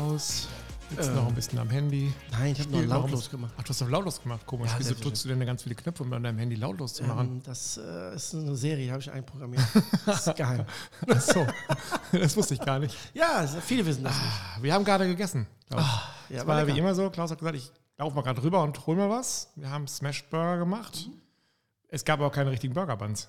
aus, sitzt noch ein bisschen am Handy. Nein, Äh, ich habe noch spielt noch lautlos ein- gemacht. Ach, du hast auf lautlos gemacht. Komisch. Ja, Wieso selbstverständlich. drückst du denn da ganz viele Knöpfe, um an deinem Handy lautlos zu machen? Ähm, das äh, ist eine Serie, die habe ich einprogrammiert. Das ist geheim. Ach so, das wusste ich gar nicht. Ja, viele wissen das nicht. Wir haben gerade gegessen. glaub ich. Ja, Ah, Das war Ah, war wie lecker. immer so. Klaus hat gesagt, ich laufe mal gerade rüber und hol mal was. Wir haben Smash Burger gemacht. Mhm. Es gab aber auch keine richtigen Burger Buns.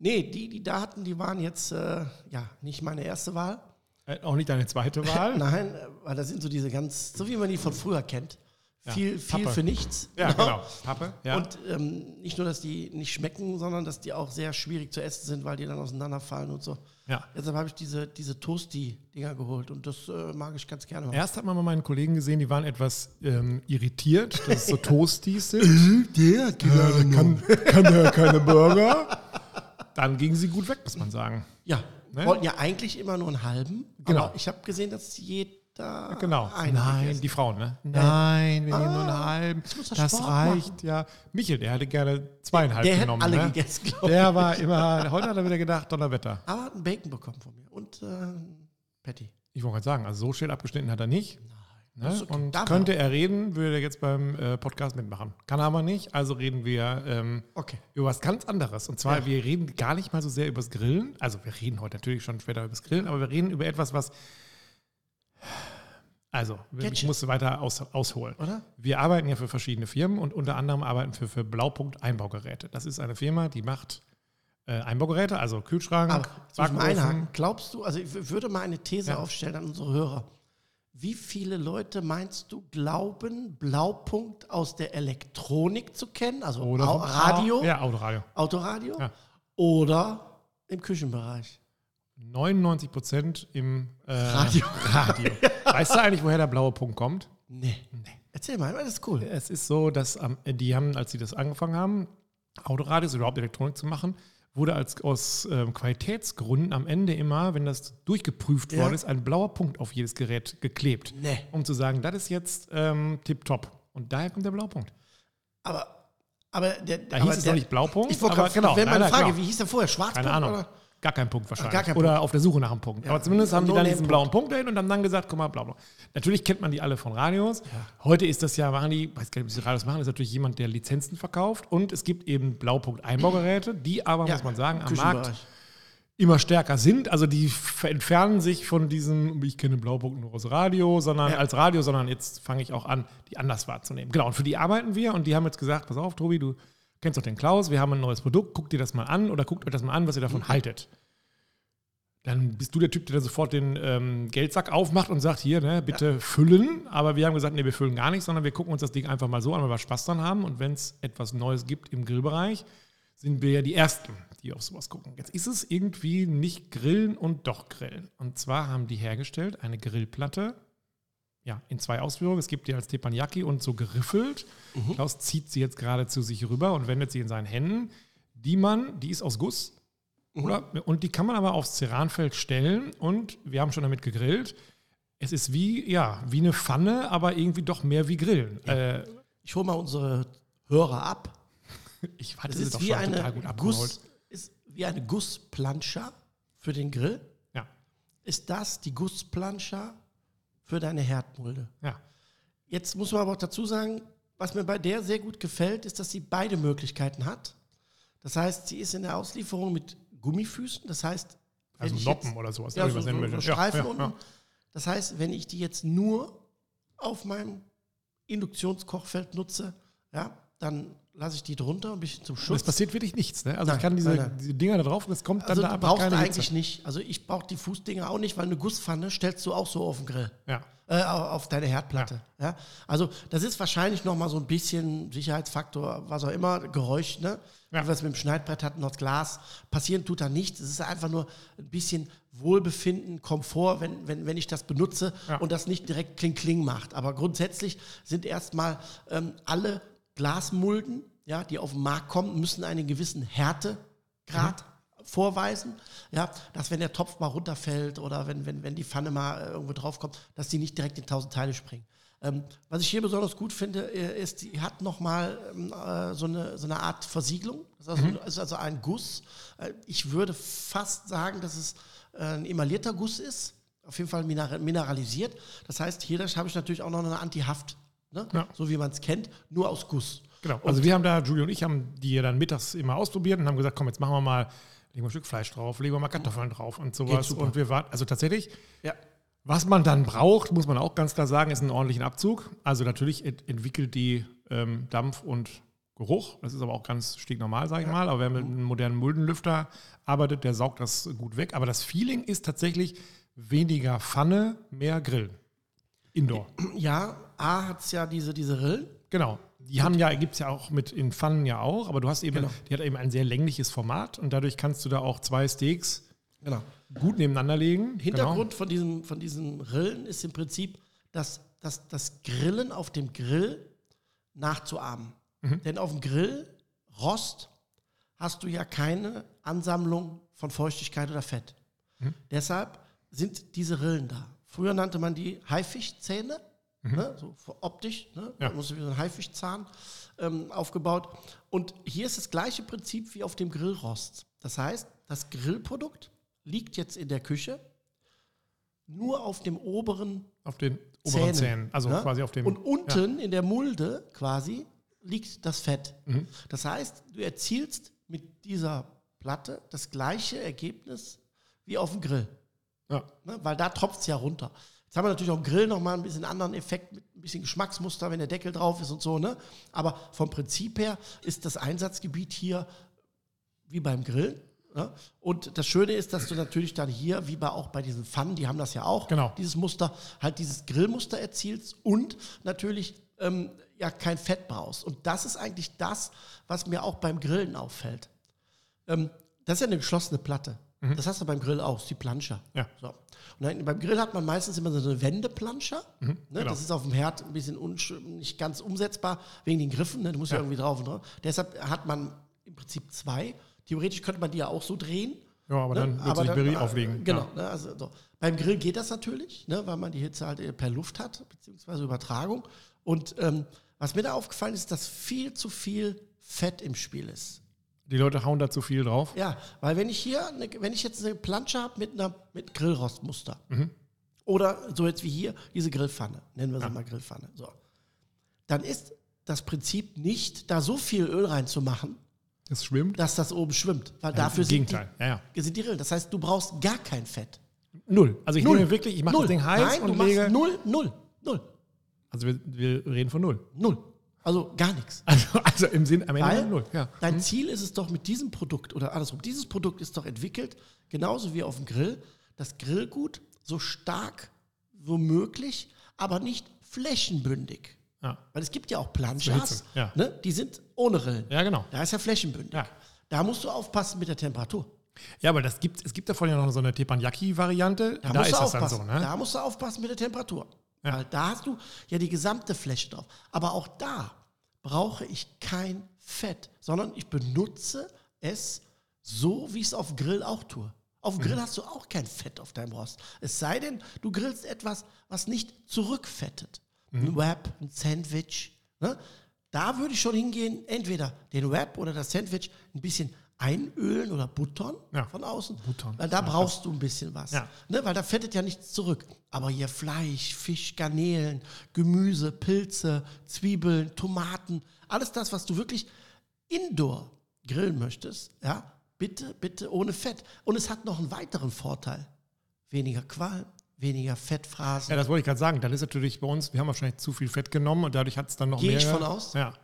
nee, die, die da hatten, die waren jetzt äh, ja nicht meine erste Wahl. Äh, auch nicht deine zweite Wahl. Nein, äh, weil das sind so diese ganz, so wie man die von früher kennt. Ja, Viel, viel Pappe. für nichts. ja, genau. Pappe. Ja. Und ähm, nicht nur, dass die nicht schmecken, sondern dass die auch sehr schwierig zu essen sind, weil die dann auseinanderfallen und so. ja. Deshalb habe ich diese, diese Toasty-Dinger geholt und das äh, mag ich ganz gerne. Erst hat man mal meinen Kollegen gesehen, die waren etwas ähm, irritiert, dass es so Toasties sind. Der Äh, kann, kann ja keine Burger. Dann gingen sie gut weg, muss man sagen. Ja, Ne? wollten ja eigentlich immer nur einen halben. Genau. Aber ich habe gesehen, dass jeder Genau. einen Nein, gegessen die Frauen, ne? Nein, wir nehmen nur einen halben. muss ja Das Sport reicht ja. Michel, der hätte gerne zweieinhalb Der hätte genommen. alle ne? gegessen, glaube ich. Der war immer, heute hat er wieder gedacht, Donnerwetter. Aber hat einen Bacon bekommen von mir und äh, Patty. Ich wollte gerade sagen, also so schnell abgeschnitten hat er nicht. das Ne? ist okay. Und Darf er könnte er reden, würde er jetzt beim äh, Podcast mitmachen. Kann er aber nicht, also reden wir ähm, Okay. über was ganz anderes. Und zwar, Ja. wir reden gar nicht mal so sehr übers Grillen. Also wir reden heute natürlich schon später übers Grillen, aber wir reden über etwas, was... Also, ich Gadget. musste weiter aus, ausholen. Oder? Wir arbeiten ja für verschiedene Firmen und unter anderem arbeiten wir für Blaupunkt Einbaugeräte. Das ist eine Firma, die macht äh, Einbaugeräte, also Kühlschrank, Aber jetzt muss ich mal Backofen. einhaken. Glaubst du, also ich w- würde mal eine These Ja. aufstellen an unsere Hörer. Wie viele Leute meinst du, glauben Blaupunkt aus der Elektronik zu kennen, also Oder Au vom- Radio, Ja, Autoradio. Autoradio, Ja. oder im Küchenbereich? 99 Prozent im äh, Radio. Radio. Weißt du eigentlich, woher der blaue Punkt kommt? Nee. Erzähl mal, das ist cool. Es ist so, dass am- die haben, als sie das angefangen haben, Autoradios überhaupt Elektronik zu machen, wurde als aus ähm, Qualitätsgründen am Ende immer, wenn das durchgeprüft Ja. worden ist, ein blauer Punkt auf jedes Gerät geklebt, Nee. um zu sagen, das ist jetzt ähm, tipptopp. Und daher kommt der Blaupunkt. Aber, aber der. Da aber hieß es der, noch nicht Blaupunkt, Ich wollte aber gerade genau, Wenn nein, meine nein, Frage, genau. wie hieß der vorher? Schwarzpunkt? Keine Ahnung. Oder? Gar kein Punkt wahrscheinlich. Gar kein Oder auf der Suche nach einem Punkt. Aber zumindest haben die dann diesen No-Name-Punkt. blauen Punkt dahin und haben dann gesagt, guck mal, bla bla. Natürlich kennt man die alle von Radios. Heute ist das ja, machen die, weiß gar nicht, ob sie Radios machen, ist natürlich jemand, der Lizenzen verkauft. Und es gibt eben Blaupunkt-Einbaugeräte, die aber, muss man sagen, am Markt Küchenbereich. immer stärker sind. Also die f- entfernen sich von diesem, ich kenne Blaupunkt nur aus Radio, sondern Ja. als Radio, sondern jetzt fange ich auch an, die anders wahrzunehmen. Genau, und für die arbeiten wir und die haben jetzt gesagt, pass auf, Tobi, du kennst doch den Klaus, wir haben ein neues Produkt, guck dir das mal an oder guckt euch das mal an, was ihr davon haltet. Dann bist du der Typ, der dann sofort den ähm, Geldsack aufmacht und sagt, hier, ne, bitte füllen. Aber wir haben gesagt, nee, wir füllen gar nicht, sondern wir gucken uns das Ding einfach mal so an, weil wir Spaß dran haben. Und wenn es etwas Neues gibt im Grillbereich, sind wir ja die Ersten, die auf sowas gucken. Jetzt ist es irgendwie nicht Grillen und doch Grillen. Und zwar haben die hergestellt eine Grillplatte, ja, in zwei Ausführungen. Es gibt die als Teppanyaki und so geriffelt. Mhm. Klaus zieht sie jetzt gerade zu sich rüber und wendet sie in seinen Händen. Die man, die ist aus Guss, Mhm. oder? Und die kann man aber aufs Ceranfeld stellen und wir haben schon damit gegrillt. Es ist wie, ja, wie eine Pfanne, aber irgendwie doch mehr wie Grillen. Äh, Ich hole mal unsere Hörer ab. ich hatte Das sie ist doch wie schon total eine, gut abgeholt. Guss, ist wie eine Gussplanscher für den Grill. Ja, Ist das die Gussplanscher für deine Herdmulde? ja. Jetzt muss man aber auch dazu sagen, was mir bei der sehr gut gefällt, ist, dass sie beide Möglichkeiten hat. Das heißt, sie ist in der Auslieferung mit Gummifüßen. Das heißt, wenn Also ich Noppen jetzt- oder sowas. ja, wie so, man es nennen so, will. so Streifen ja, ja, unten. ja. Das heißt, wenn ich die jetzt nur auf meinem Induktionskochfeld nutze, ja, dann lasse ich die drunter ein bisschen zum Und es Schutz. passiert wirklich nichts. Ne? Also Nein, ich kann diese, nein, nein. diese Dinger da drauf und es kommt dann Also da du einfach brauchst du keine eigentlich Hitze. nicht. Also ich brauche die Fußdinger auch nicht, weil eine Gusspfanne stellst du auch so auf den Grill. Ja. Äh, au- auf deine Herdplatte. Ja. Also das ist wahrscheinlich nochmal so ein bisschen Sicherheitsfaktor, was auch immer, Geräusch, ne? Ja. Wie wir es mit dem Schneidbrett hatten, aus Glas. Passieren tut da nichts. Es ist einfach nur ein bisschen Wohlbefinden, Komfort, wenn, wenn, wenn ich das benutze Ja. und das nicht direkt Kling-Kling macht. Aber grundsätzlich sind erstmal ähm, alle Glasmulden, ja, die auf den Markt kommen, müssen einen gewissen Härtegrad vorweisen, ja, dass wenn der Topf mal runterfällt oder wenn, wenn, wenn die Pfanne mal äh, irgendwo draufkommt, dass die nicht direkt in tausend Teile springen. Ähm, was ich hier besonders gut finde, äh, ist, die hat nochmal ähm, äh, so, eine, so eine Art Versiegelung. Das ist also, ist also ein Guss. Äh, ich würde fast sagen, dass es äh, ein emaillierter Guss ist. auf jeden Fall mineral- mineralisiert. Das heißt, hier das habe ich natürlich auch noch eine Antihaft, ne? Ja. so wie man es kennt, nur aus Guss. Genau. Also wir haben da, Julio und ich haben die ja dann mittags immer ausprobiert und haben gesagt, komm, jetzt machen wir mal, legen wir ein Stück Fleisch drauf, legen wir mal Kartoffeln drauf und sowas. super. Und wir warten, also tatsächlich, Ja. was man dann braucht, muss man auch ganz klar sagen, ist einen ordentlichen Abzug. Also natürlich ent entwickelt die ähm, Dampf und Geruch. Das ist aber auch ganz stinknormal, sage ich mal. Aber wer mit einem modernen Muldenlüfter arbeitet, der saugt das gut weg. Aber das Feeling ist tatsächlich weniger Pfanne, mehr Grillen. Indoor. Ja, A hat es ja diese, diese Rillen. Genau. Die haben ja, gibt es ja auch mit in Pfannen ja auch, aber du hast eben, Genau. die hat eben ein sehr längliches Format und dadurch kannst du da auch zwei Steaks Genau. gut nebeneinander legen. Genau. Hintergrund von, diesem, von diesen Rillen ist im Prinzip, dass, dass das Grillen auf dem Grill nachzuahmen. Denn auf dem Grill, Rost, hast du ja keine Ansammlung von Feuchtigkeit oder Fett. Deshalb sind diese Rillen da. Früher nannte man die Haifischzähne, ne, so optisch, ne, Ja. da musste wie so ein Haifischzahn ähm, aufgebaut. Und hier ist das gleiche Prinzip wie auf dem Grillrost. Das heißt, das Grillprodukt liegt jetzt in der Küche, nur auf dem oberen Genau, auf den oberen Zähnen. Also ne? quasi auf dem. Und unten in der Mulde quasi liegt das Fett. Mhm. Das heißt, du erzielst mit dieser Platte das gleiche Ergebnis wie auf dem Grill. Ja, ja. Ne? Weil da tropft es ja runter. Jetzt haben wir natürlich auf dem Grill nochmal ein bisschen anderen Effekt, mit ein bisschen Geschmacksmuster, wenn der Deckel drauf ist und so. Ne? Aber vom Prinzip her ist das Einsatzgebiet hier wie beim Grill. Ne? Und das Schöne ist, dass du natürlich dann hier, wie bei auch bei diesen Pfannen, die haben das ja auch, Genau. dieses Muster, halt dieses Grillmuster erzielst und natürlich ähm, ja kein Fett brauchst. Und das ist eigentlich das, was mir auch beim Grillen auffällt. Ähm, das ist ja eine geschlossene Platte. Das hast du beim Grill auch, ist die Planscher. Mhm. Ja. So. Und dann, beim Grill hat man meistens immer so eine Wendeplanscher. ne? genau. Das ist auf dem Herd ein bisschen unsch- nicht ganz umsetzbar, wegen den Griffen. Ne? Du musst ja. Ja. irgendwie drauf und drauf. Deshalb hat man im Prinzip zwei. Theoretisch könnte man die ja auch so drehen. Ja, Ne? aber dann würdest du die Berry auflegen. Genau. Ja. Ne? Also, so. Beim Grill geht das natürlich, ne? weil man die Hitze halt äh, per Luft hat, beziehungsweise Übertragung. Und ähm, was mir da aufgefallen ist, dass viel zu viel Fett im Spiel ist. Die Leute hauen da zu viel drauf. Ja, weil wenn ich hier, ne, wenn ich jetzt eine Plansche habe mit einer mit Grillrostmuster Mhm. oder so jetzt wie hier diese Grillpfanne, nennen wir sie mal Grillpfanne, so, dann ist das Prinzip nicht, da so viel Öl reinzumachen, Es schwimmt. dass das oben schwimmt, weil dafür Im sind die, Gegenteil. Ja, ja. sind die Rillen. Das heißt, du brauchst gar kein Fett. Null. Also ich nehme wirklich, ich mache null. das Ding heiß Nein, und du machst lege. null, null, null, Also wir, wir reden von null. null. Also gar nichts. Also, also im Sinn am Ende Weil null. Ja. Mhm. dein Ziel ist es doch mit diesem Produkt oder andersrum, dieses Produkt ist doch entwickelt, genauso wie auf dem Grill, das Grillgut so stark womöglich, aber nicht flächenbündig. Ja. Weil es gibt ja auch Zur Planchas, Hitze, ja. ne? die sind ohne Rillen. ja, genau. Da ist ja flächenbündig. Ja. Da musst du aufpassen mit der Temperatur. Ja, aber das gibt, es gibt davon ja noch so eine Teppanyaki-Variante. Da, ist das musst du dann aufpassen. so, ne? Da musst du aufpassen mit der Temperatur. Weil da hast du ja die gesamte Fläche drauf. Aber auch da brauche ich kein Fett, sondern ich benutze es so, wie ich es auf dem Grill auch tue. Auf Mhm. dem Grill hast du auch kein Fett auf deinem Rost. Es sei denn, du grillst etwas, was nicht zurückfettet. Ein Mhm. Wrap, ein Sandwich. Ne? Da würde ich schon hingehen, entweder den Wrap oder das Sandwich ein bisschen einölen oder buttern Ja. von außen. Buttern. Weil da brauchst du ein bisschen was. Ja. Ne, weil da fettet ja nichts zurück. Aber hier Fleisch, Fisch, Garnelen, Gemüse, Pilze, Zwiebeln, Tomaten, alles das, was du wirklich indoor grillen möchtest, ja, bitte, bitte ohne Fett. Und es hat noch einen weiteren Vorteil. Weniger Qualm, weniger Fettphrasen. Ja, das wollte ich gerade sagen. Dann ist natürlich bei uns, wir haben wahrscheinlich zu viel Fett genommen und dadurch hat es dann noch Gehe mehr. ich von aus? Ja.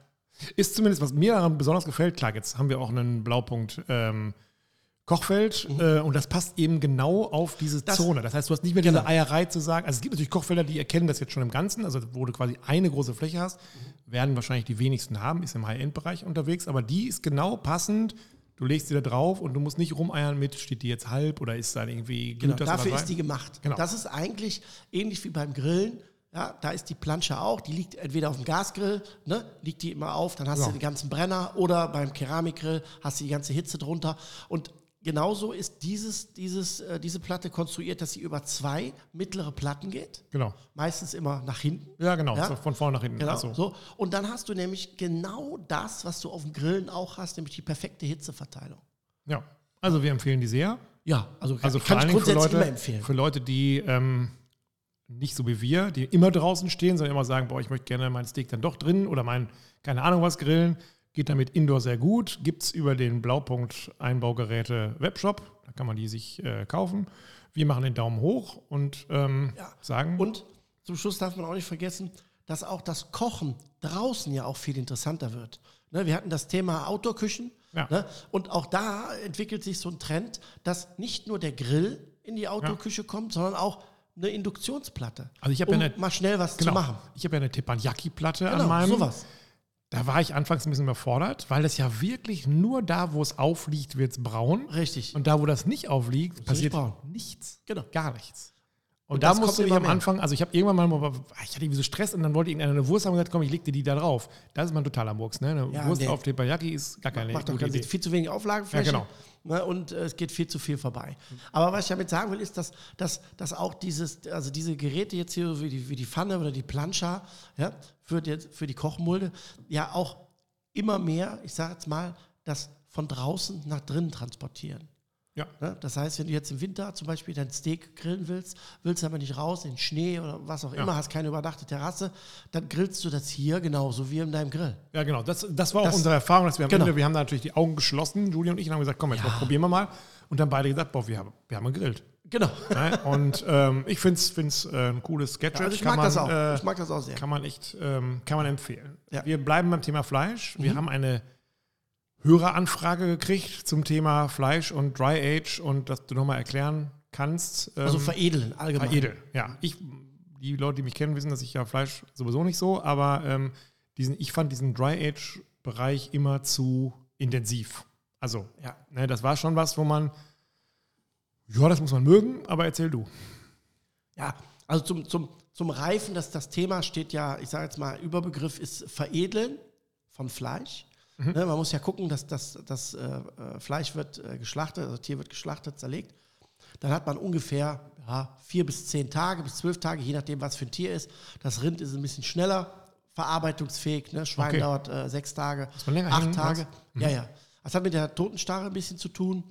Ist zumindest, was mir daran besonders gefällt, klar, jetzt haben wir auch einen Blaupunkt ähm, Kochfeld äh, und das passt eben genau auf diese Mhm. Das- Zone. Das heißt, du hast nicht mehr diese Genau. Eierei zu sagen. Also es gibt natürlich Kochfelder, die erkennen das jetzt schon im Ganzen, also wo du quasi eine große Fläche hast, Mhm. werden wahrscheinlich die wenigsten haben, ist im High-End-Bereich unterwegs, aber die ist genau passend. Du legst sie da drauf und du musst nicht rumeiern mit, steht die jetzt halb oder ist dann irgendwie Genau, glüht das dafür was ist rein? die gemacht. Genau. Das ist eigentlich ähnlich wie beim Grillen. Ja, da ist die Plansche auch, die liegt entweder auf dem Gasgrill, ne, liegt die immer auf, dann hast Ja. du den ganzen Brenner oder beim Keramikgrill hast du die ganze Hitze drunter. Und genauso ist dieses, dieses, äh, diese Platte konstruiert, dass sie über zwei mittlere Platten geht, Genau. meistens immer nach hinten. Ja, genau, Ja? so von vorne nach hinten. Genau. Ach so. So. Und dann hast du nämlich genau das, was du auf dem Grillen auch hast, nämlich die perfekte Hitzeverteilung. Ja, also wir empfehlen die sehr. Ja, also, Also vor kann allen ich Dingen für grundsätzlich immer Leute, empfehlen. für Leute, die ähm, nicht so wie wir, die immer draußen stehen, sondern immer sagen, boah, ich möchte gerne mein Steak dann doch drin oder mein, keine Ahnung was grillen, geht damit Indoor sehr gut. Gibt es über den Blaupunkt Einbaugeräte Webshop, da kann man die sich äh, kaufen. Wir machen den Daumen hoch und ähm, Ja. sagen, Und zum Schluss darf man auch nicht vergessen, dass auch das Kochen draußen ja auch viel interessanter wird. Ne, wir hatten das Thema Outdoor-Küchen. Ja. Ne, und auch da entwickelt sich so ein Trend, dass nicht nur der Grill in die Outdoor-Küche kommt, sondern auch eine Induktionsplatte. Also ich hab um ja eine- mal schnell was genau, zu machen. ich habe ja eine Teppanyaki-Platte an Genau, meinem. sowas. Da war ich anfangs ein bisschen überfordert, weil das ja wirklich nur da, wo es aufliegt, wird es braun. Richtig. Und da, wo das nicht aufliegt, nicht passiert braun. nichts. Genau. Gar nichts. Und, Und da das musste kommt ich immer am mehr. Anfang, also ich habe irgendwann mal, mal- ich hatte irgendwie so Stress und dann wollte irgendeiner eine Wurst haben und gesagt, komm, ich leg dir die da drauf. Das ist mal totaler Murks, ne? Eine Ja, Wurst nee. auf Teppanyaki ist gar keine Macht doch gute keinen Sinn. Idee. Viel zu wenig Auflagenfläche. Ja, genau. Ne, und äh, es geht viel zu viel vorbei. Aber was ich damit sagen will, ist, dass, dass, dass auch dieses, also diese Geräte jetzt hier, wie die, wie die Pfanne oder die Plancha, ja, für, die, für die Kochmulde, ja auch immer mehr, ich sage jetzt mal, das von draußen nach drinnen transportieren. Ja. Ne? Das heißt, wenn du jetzt im Winter zum Beispiel dein Steak grillen willst, willst aber nicht raus in den Schnee oder was auch immer, hast keine überdachte Terrasse, dann grillst du das hier genauso wie in deinem Grill. ja, genau. Das, das war auch Das- unsere Erfahrung, dass wir am Genau. Ende, wir haben da natürlich die Augen geschlossen, Julia und ich, und haben gesagt, komm, jetzt mal, probieren wir mal. Und dann beide gesagt, boah, wir haben, wir haben gegrillt. Genau. ne? Und ähm, ich finde es find's, äh, ein cooles Sketch. Also ich mag das auch. äh, ich mag das auch sehr. Kann man echt, ähm, kann man empfehlen. Ja. Mhm. Wir bleiben beim Thema Fleisch. Wir haben eine Höreranfrage gekriegt zum Thema Fleisch und Dry Age und dass du nochmal erklären kannst. ähm, Also veredeln allgemein. veredel. Ja, ich, die Leute, die mich kennen, wissen, dass ich ja Fleisch sowieso nicht so, aber ähm, diesen, ich fand diesen Dry Age Bereich immer zu intensiv. Also, Ja. ne, das war schon was, wo man, ja, das muss man mögen, aber erzähl du. Ja, also zum, zum, zum Reifen, das, das Thema steht ja, ich sage jetzt mal, Überbegriff ist veredeln von Fleisch. Ne, man muss ja gucken, dass das, das äh, äh, Fleisch wird äh, geschlachtet, also Tier wird geschlachtet, zerlegt. Dann hat man ungefähr ja, vier bis zehn Tage, bis zwölf Tage, je nachdem, was für ein Tier ist. Das Rind ist ein bisschen schneller verarbeitungsfähig. Ne? Schwein Okay. dauert äh, sechs Tage, man länger acht hängen Mhm. Tage. lassen? Ja, ja. Das hat mit der Totenstarre ein bisschen zu tun.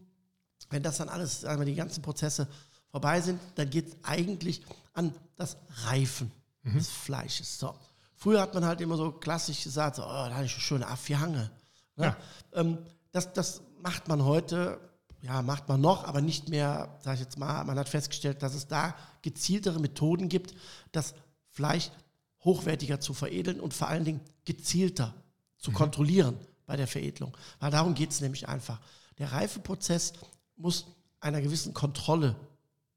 Wenn das dann alles, sagen wir, die ganzen Prozesse vorbei sind, dann geht es eigentlich an das Reifen Mhm. des Fleisches. So. Früher hat man halt immer so klassisch gesagt, so, oh, da hatte ich eine schöne Affiange. Ne? Ja. Ähm, das, das macht man heute, ja, macht man noch, aber nicht mehr, sage ich jetzt mal, man hat festgestellt, dass es da gezieltere Methoden gibt, das Fleisch hochwertiger zu veredeln und vor allen Dingen gezielter zu kontrollieren bei der Veredelung. Weil darum geht es nämlich einfach. Der Reifeprozess muss einer gewissen Kontrolle.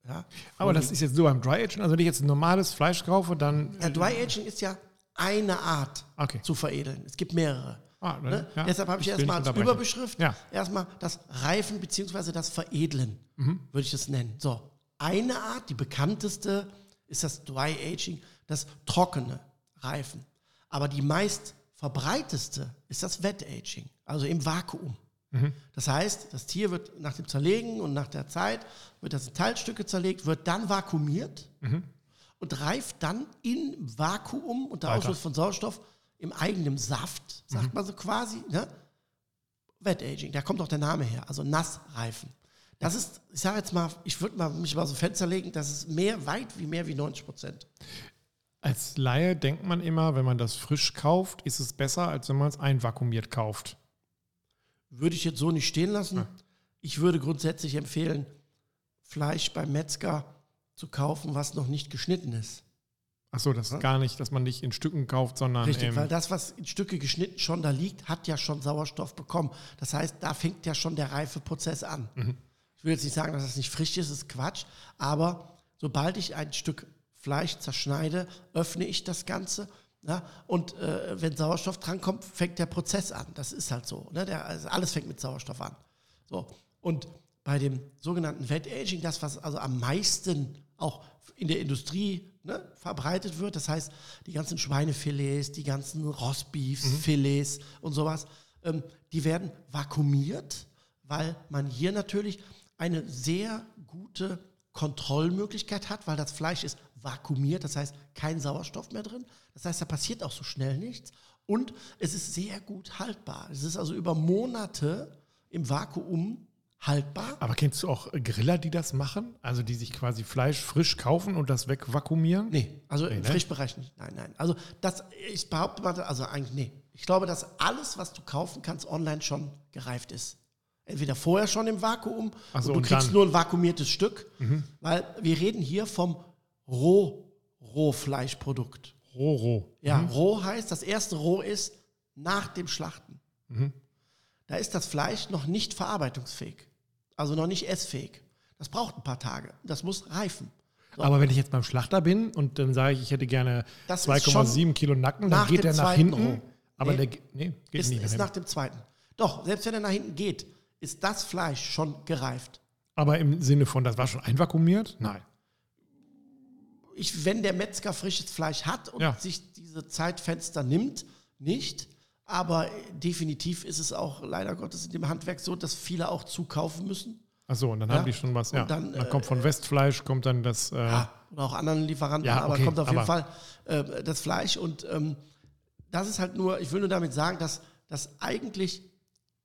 Ja, Aber das ist jetzt so beim Dry Aging. Also wenn ich jetzt ein normales Fleisch kaufe, dann. ja, Dry Aging ist ja eine Art Okay. zu veredeln. Es gibt mehrere. Ah, dann- Ne? ja, Deshalb habe ich ich will erstmal nicht als unterbrechen. Überbeschrift Ja. erstmal das Reifen bzw. das Veredeln, Mhm. würde ich das nennen. So, eine Art, die bekannteste, ist das Dry Aging, das trockene Reifen. Aber die meist verbreiteste ist das Wet Aging, also im Vakuum. Das heißt, das Tier wird nach dem Zerlegen und nach der Zeit, wird das in Teilstücke zerlegt, wird dann vakuumiert und reift dann im Vakuum unter Weiter. Ausschluss von Sauerstoff im eigenen Saft, sagt man so quasi. Ne? Wet Aging, da kommt auch der Name her, also Nassreifen. Das ist, ich sage jetzt mal, ich würde mal, mich mal so Fenster legen, das ist mehr, weit wie mehr wie 90 Prozent. Als Laie denkt man immer, wenn man das frisch kauft, ist es besser, als wenn man es einvakuumiert kauft. Würde ich jetzt so nicht stehen lassen. Ich würde grundsätzlich empfehlen, Fleisch beim Metzger zu kaufen, was noch nicht geschnitten ist. Achso, das ist gar nicht, dass man nicht in Stücken kauft, sondern. Richtig, ähm, weil das, was in Stücke geschnitten schon da liegt, hat ja schon Sauerstoff bekommen. Das heißt, da fängt ja schon der Reifeprozess an. Ich will jetzt nicht sagen, dass das nicht frisch ist, ist Quatsch, aber sobald ich ein Stück Fleisch zerschneide, öffne ich das Ganze. Ja, und äh, wenn Sauerstoff drankommt, fängt der Prozess an. Das ist halt so. Ne? Der, also alles fängt mit Sauerstoff an. So. Und bei dem sogenannten Wet Aging, das, was also am meisten auch in der Industrie ne, verbreitet wird, das heißt, die ganzen Schweinefilets, die ganzen Rossbeefs, Filets und sowas, ähm, die werden vakuumiert, weil man hier natürlich eine sehr gute Kontrollmöglichkeit hat, weil das Fleisch ist vakuumiert, das heißt kein Sauerstoff mehr drin. Das heißt, da passiert auch so schnell nichts. Und es ist sehr gut haltbar. Es ist also über Monate im Vakuum haltbar. Aber kennst du auch Griller, die das machen? Also die sich quasi Fleisch frisch kaufen und das wegvakuumieren? Nee, also im ne? Frischbereich nicht. Nein, nein. Also das, ich behaupte mal, also eigentlich, nee. Ich glaube, dass alles, was du kaufen kannst, online schon gereift ist. Entweder vorher schon im Vakuum Ach so, und du und kriegst dann- Mhm. nur ein vakuumiertes Stück, weil wir reden hier vom Roh, Rohfleischprodukt. Roro. Ja, roh heißt, das erste roh ist nach dem Schlachten. Mhm. Da ist das Fleisch noch nicht verarbeitungsfähig, also noch nicht essfähig. Das braucht ein paar Tage. Das muss reifen. Aber wenn ich jetzt beim Schlachter bin und dann sage ich, ich hätte gerne Das ist 2,7 Kilo Nacken, dann nach geht dem der nach zweiten hinten. Roh. Aber Nee. der ge- nee, geht Ist, nicht mehr ist hin. nach dem zweiten. Doch, selbst wenn er nach hinten geht, ist das Fleisch schon gereift. Aber im Sinne von, das war schon einvakuumiert? Nein. Ich, wenn der Metzger frisches Fleisch hat und Ja. sich diese Zeitfenster nimmt, nicht. Aber definitiv ist es auch leider Gottes in dem Handwerk so, dass viele auch zukaufen müssen. Achso, und dann haben die schon was. Und Ja. Dann, dann, äh, kommt von Westfleisch, kommt dann das. Äh, Ja, Ah, oder auch anderen Lieferanten, Ja, aber okay, kommt auf jeden aber- Fall äh, das Fleisch. Und ähm, das ist halt nur, ich will nur damit sagen, dass das eigentlich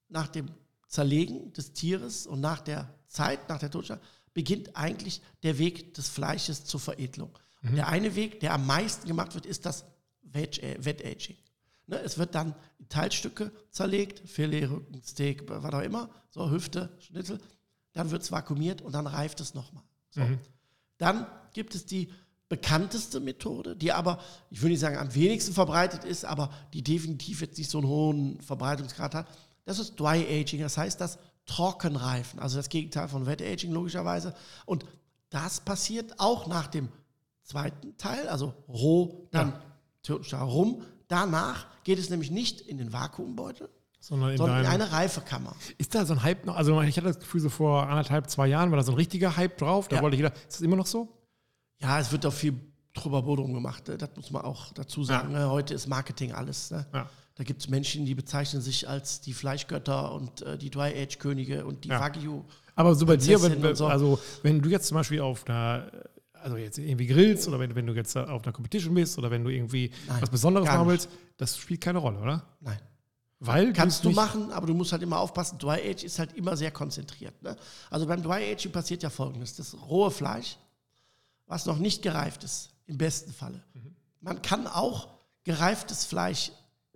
nach dem Zerlegen des Tieres und nach der Zeit, nach der Totschlag, beginnt eigentlich der Weg des Fleisches zur Veredelung. Mhm. Und der eine Weg, der am meisten gemacht wird, ist das Veg- äh, Wet-Aging. Ne, es wird dann in Teilstücke zerlegt, Filet, Rücken, Steak, was auch immer, so Hüfte, Schnitzel. Dann wird es vakuumiert und dann reift es nochmal. So. Dann gibt es die bekannteste Methode, die aber, ich würde nicht sagen, am wenigsten verbreitet ist, aber die definitiv jetzt nicht so einen hohen Verbreitungsgrad hat. Das ist Dry Aging, das heißt das Trockenreifen, also das Gegenteil von Wet Aging logischerweise. Und das passiert auch nach dem zweiten Teil, also roh, dann ja. rum. Danach geht es nämlich nicht in den Vakuumbeutel, sondern in sondern in deinem- eine Reifekammer. Ist da so ein Hype noch? Also ich hatte das Gefühl, so vor anderthalb, zwei Jahren war da so ein richtiger Hype drauf. Da Ja. wollte jeder. Ist das immer noch so? Ja, es wird auch viel Trubberbot gemacht. ne? Das muss man auch dazu sagen. ne? Heute ist Marketing alles. Ne? Ja. Da gibt es Menschen, die bezeichnen sich als die Fleischgötter und äh, die Dry-Age-Könige und die Ja. Wagyu. Aber so bei dir, wenn, Prinzessinnen und so. also wenn du jetzt zum Beispiel auf einer, also jetzt irgendwie grillst oder wenn, wenn du jetzt auf einer Competition bist oder wenn du irgendwie Nein, was Besonderes gar machen nicht. willst, das spielt keine Rolle, oder? Nein. Weil es Kannst du nicht- machen, aber du musst halt immer aufpassen. Dry-Age ist halt immer sehr konzentriert. Ne? Also beim Dry-Aging passiert ja folgendes. Das rohe Fleisch, was noch nicht gereift ist, im besten Falle. Mhm. Man kann auch gereiftes Fleisch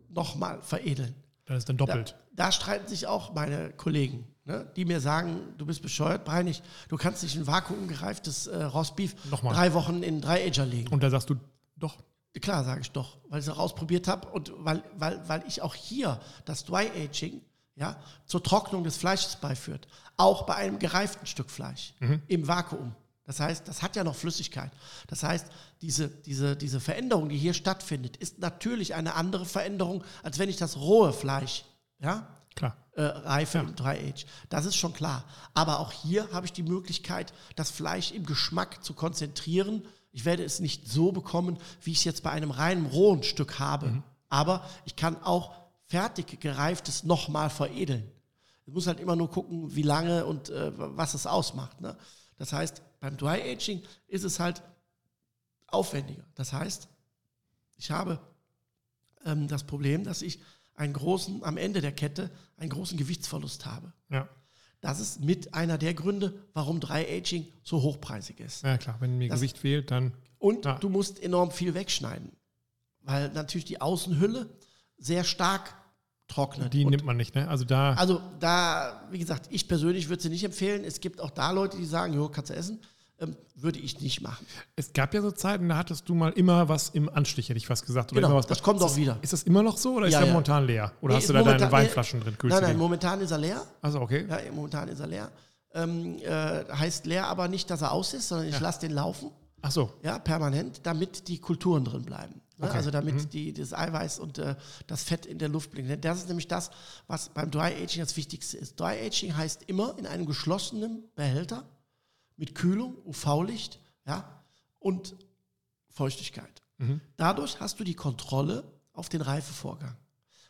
nochmal veredeln. Dann ist dann doppelt. Da, da streiten sich auch meine Kollegen, ne, die mir sagen, du bist bescheuert, Breinig, du kannst nicht ein vakuumgereiftes äh, Rostbeef Nochmal. drei Wochen in drei Ager legen. Und da sagst du doch. Klar, sage ich doch, weil ich es auch ausprobiert habe und weil, weil, weil ich auch hier das Dry-Aging ja, zur Trocknung des Fleisches beiführt. Auch bei einem gereiften Stück Fleisch im Vakuum. Das heißt, das hat ja noch Flüssigkeit. Das heißt, diese, diese, diese Veränderung, die hier stattfindet, ist natürlich eine andere Veränderung, als wenn ich das rohe Fleisch ja, Klar. äh, Reife im Dry Age. Das ist schon klar. Aber auch hier habe ich die Möglichkeit, das Fleisch im Geschmack zu konzentrieren. Ich werde es nicht so bekommen, wie ich es jetzt bei einem reinen rohen Stück habe. Aber ich kann auch fertig gereiftes nochmal veredeln. Ich muss halt immer nur gucken, wie lange und äh, was es ausmacht. Ne? Das heißt, beim Dry Aging ist es halt aufwendiger. Das heißt, ich habe ähm, das Problem, dass ich einen großen, am Ende der Kette, einen großen Gewichtsverlust habe. Ja. Das ist mit einer der Gründe, warum 3-Aging so hochpreisig ist. ja, klar. Wenn mir Das- Gewicht fehlt, dann. Und Ja. du musst enorm viel wegschneiden, weil natürlich die Außenhülle sehr stark trocknet. Die Und nimmt man nicht, ne? Also da. also da, wie gesagt, ich persönlich würde sie nicht empfehlen. Es gibt auch da Leute, die sagen, jo, kannst du essen. Ähm, würde ich nicht machen. es gab ja so Zeiten, da hattest du mal immer was im Anstich, hätte ich fast gesagt. Oder Genau, immer was das kommt ist auch wieder. Ist das immer noch so oder ist Ja, der ja. momentan leer? Oder Nee, hast ist du da deine momentan- Weinflaschen drin? Nein, nein, Kühlschrank? momentan ist er leer. Also okay. Ja, momentan ist er leer. Ähm, äh, heißt leer aber nicht, dass er aus ist, sondern ich lasse den laufen. Ach so. ja, permanent, damit die Kulturen drin bleiben. Ne? Okay. Also damit die, das Eiweiß und äh, das Fett in der Luft bleiben. Denn Das ist nämlich das, was beim Dry Aging das Wichtigste ist. Dry Aging heißt immer in einem geschlossenen Behälter mit Kühlung, UV-Licht ja, und Feuchtigkeit. Dadurch hast du die Kontrolle auf den Reifevorgang,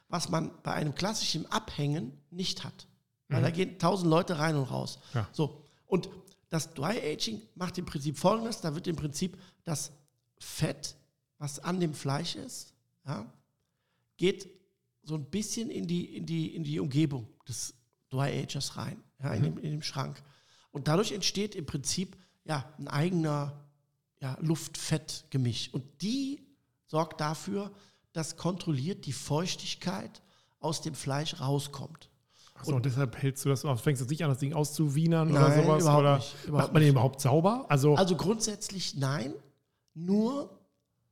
was man bei einem klassischen Abhängen nicht hat. Weil da gehen tausend Leute rein und raus. Ja. So. Und das Dry Aging macht im Prinzip folgendes: Da wird im Prinzip das Fett, was an dem Fleisch ist, ja, geht so ein bisschen in die, in die, in die Umgebung des Dry Agers rein, ja, in, dem, in dem Schrank. Und dadurch entsteht im Prinzip ja, ein eigener ja, Luft-Fett-Gemisch. Und die sorgt dafür, dass kontrolliert die Feuchtigkeit aus dem Fleisch rauskommt. Achso, und deshalb hältst du das auf. Fängst du jetzt nicht an, das Ding auszuwienern oder Nein, sowas? überhaupt oder nicht, macht überhaupt man den überhaupt sauber? Also, Also grundsätzlich nein, nur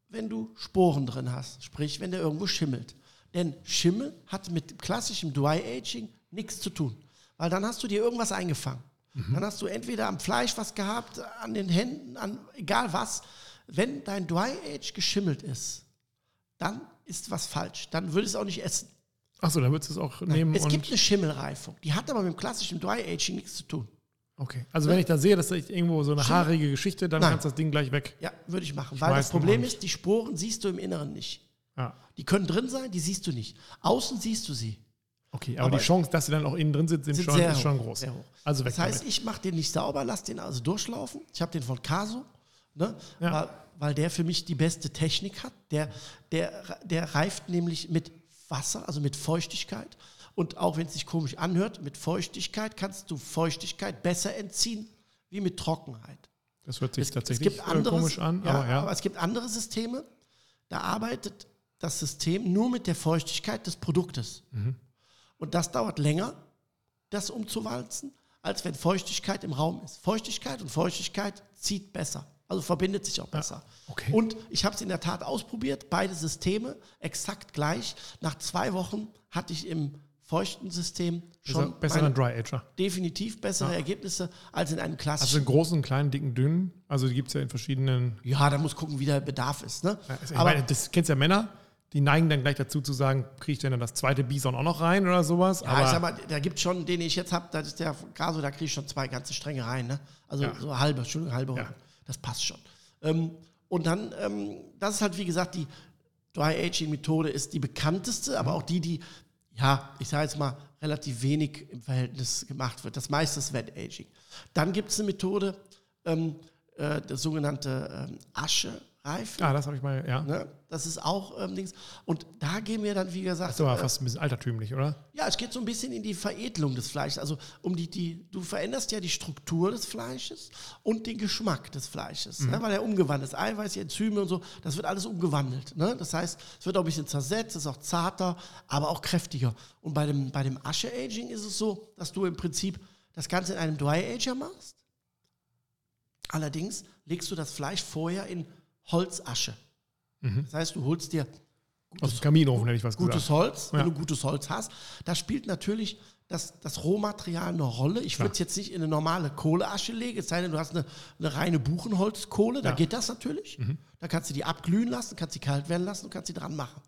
wenn du Sporen drin hast, sprich wenn der irgendwo schimmelt. Denn Schimmel hat mit klassischem Dry Aging nichts zu tun, weil dann hast du dir irgendwas eingefangen. Dann hast du entweder am Fleisch was gehabt, an den Händen, an egal was. Wenn dein Dry Age geschimmelt ist, dann ist was falsch. Dann würde ich es auch nicht essen. achso, dann würdest du es auch nehmen Es und. gibt eine Schimmelreifung, die hat aber mit dem klassischen Dry Aging nichts zu tun. okay. Also, wenn ich dann sehe, dass ich irgendwo so eine haarige Geschichte, dann Ne? Nein. kannst du das Ding gleich weg. Ja, würde ich machen, weil das Schmeißen Problem und- ist, die Sporen siehst du im Inneren nicht. Ja. Die können drin sein, die siehst du nicht. Außen siehst du sie. Okay, aber, Aber die Chance, dass sie dann auch innen drin sitzt, sind Sind schon, sehr ist schon hoch, groß. sehr hoch. Also, weg Das heißt, damit. ich mache den nicht sauber, lasse den also durchlaufen. Ich habe den von Caso, ne? Ja. weil, weil der für mich die beste Technik hat. Der, der, der reift nämlich mit Wasser, also mit Feuchtigkeit. Und auch wenn es sich komisch anhört, mit Feuchtigkeit kannst du Feuchtigkeit besser entziehen wie mit Trockenheit. Das hört sich tatsächlich es gibt äh, andere, komisch an, aber ja. aber es gibt andere Systeme, da arbeitet das System nur mit der Feuchtigkeit des Produktes. Mhm. Und das dauert länger, das umzuwalzen, als wenn Feuchtigkeit im Raum ist. Feuchtigkeit und Feuchtigkeit zieht besser. Also verbindet sich auch besser. okay. Und ich habe es in der Tat ausprobiert, beide Systeme exakt gleich. Nach zwei Wochen hatte ich im feuchten System besser, schon besser meine ein Dry Ager. definitiv bessere Ergebnisse als in einem klassischen Also, einen großen, kleinen, dicken, dünnen. Also, die gibt es ja in verschiedenen. Ja, da muss gucken, wie der Bedarf ist. Ne? Also, ich Aber meine, das kennst ja Männer. Die neigen dann gleich dazu zu sagen, kriege ich denn dann das zweite Bison auch noch rein oder sowas? ja, ich sag mal, da gibt schon, den ich jetzt habe, das ist der Caso, da kriege ich schon zwei ganze Stränge rein. Ne? Also Ja. so halbe, Entschuldigung, halbe. Ja. Das passt schon. Ähm, und dann, ähm, das ist halt, wie gesagt, die Dry Aging Methode ist die bekannteste, aber auch die, die, ja, ich sage jetzt mal, relativ wenig im Verhältnis gemacht wird. Das meiste ist Wet Aging. Dann gibt es eine Methode, ähm, äh, das sogenannte ähm, Aschereifen. ah, das habe ich mal, ja. Ne? Das ist auch ähm, Dings. Und da gehen wir dann, wie gesagt, äh, Das ist aber fast ein bisschen altertümlich, oder? ja, es geht so ein bisschen in die Veredelung des Fleisches. Also um die, die, du veränderst ja die Struktur des Fleisches und den Geschmack des Fleisches. Ne? Weil er umgewandelt ist. Eiweiß, die Enzyme und so, das wird alles umgewandelt. Ne? Das heißt, es wird auch ein bisschen zersetzt, ist auch zarter, aber auch kräftiger. Und bei dem, bei dem Asche-Aging ist es so, dass du im Prinzip das Ganze in einem Dry-Ager machst. Allerdings legst du das Fleisch vorher in Holzasche. Das heißt, du holst dir Aus dem Kaminofen hätte ich was gutes gesagt. Holz, wenn Ja. du gutes Holz hast. Da spielt natürlich das, das Rohmaterial eine Rolle. Ich würde es jetzt nicht in eine normale Kohleasche legen, es sei denn, du hast eine, eine reine Buchenholzkohle, da Ja. Mhm. geht das natürlich. Da kannst du die abglühen lassen, kannst sie kalt werden lassen und kannst sie dran machen.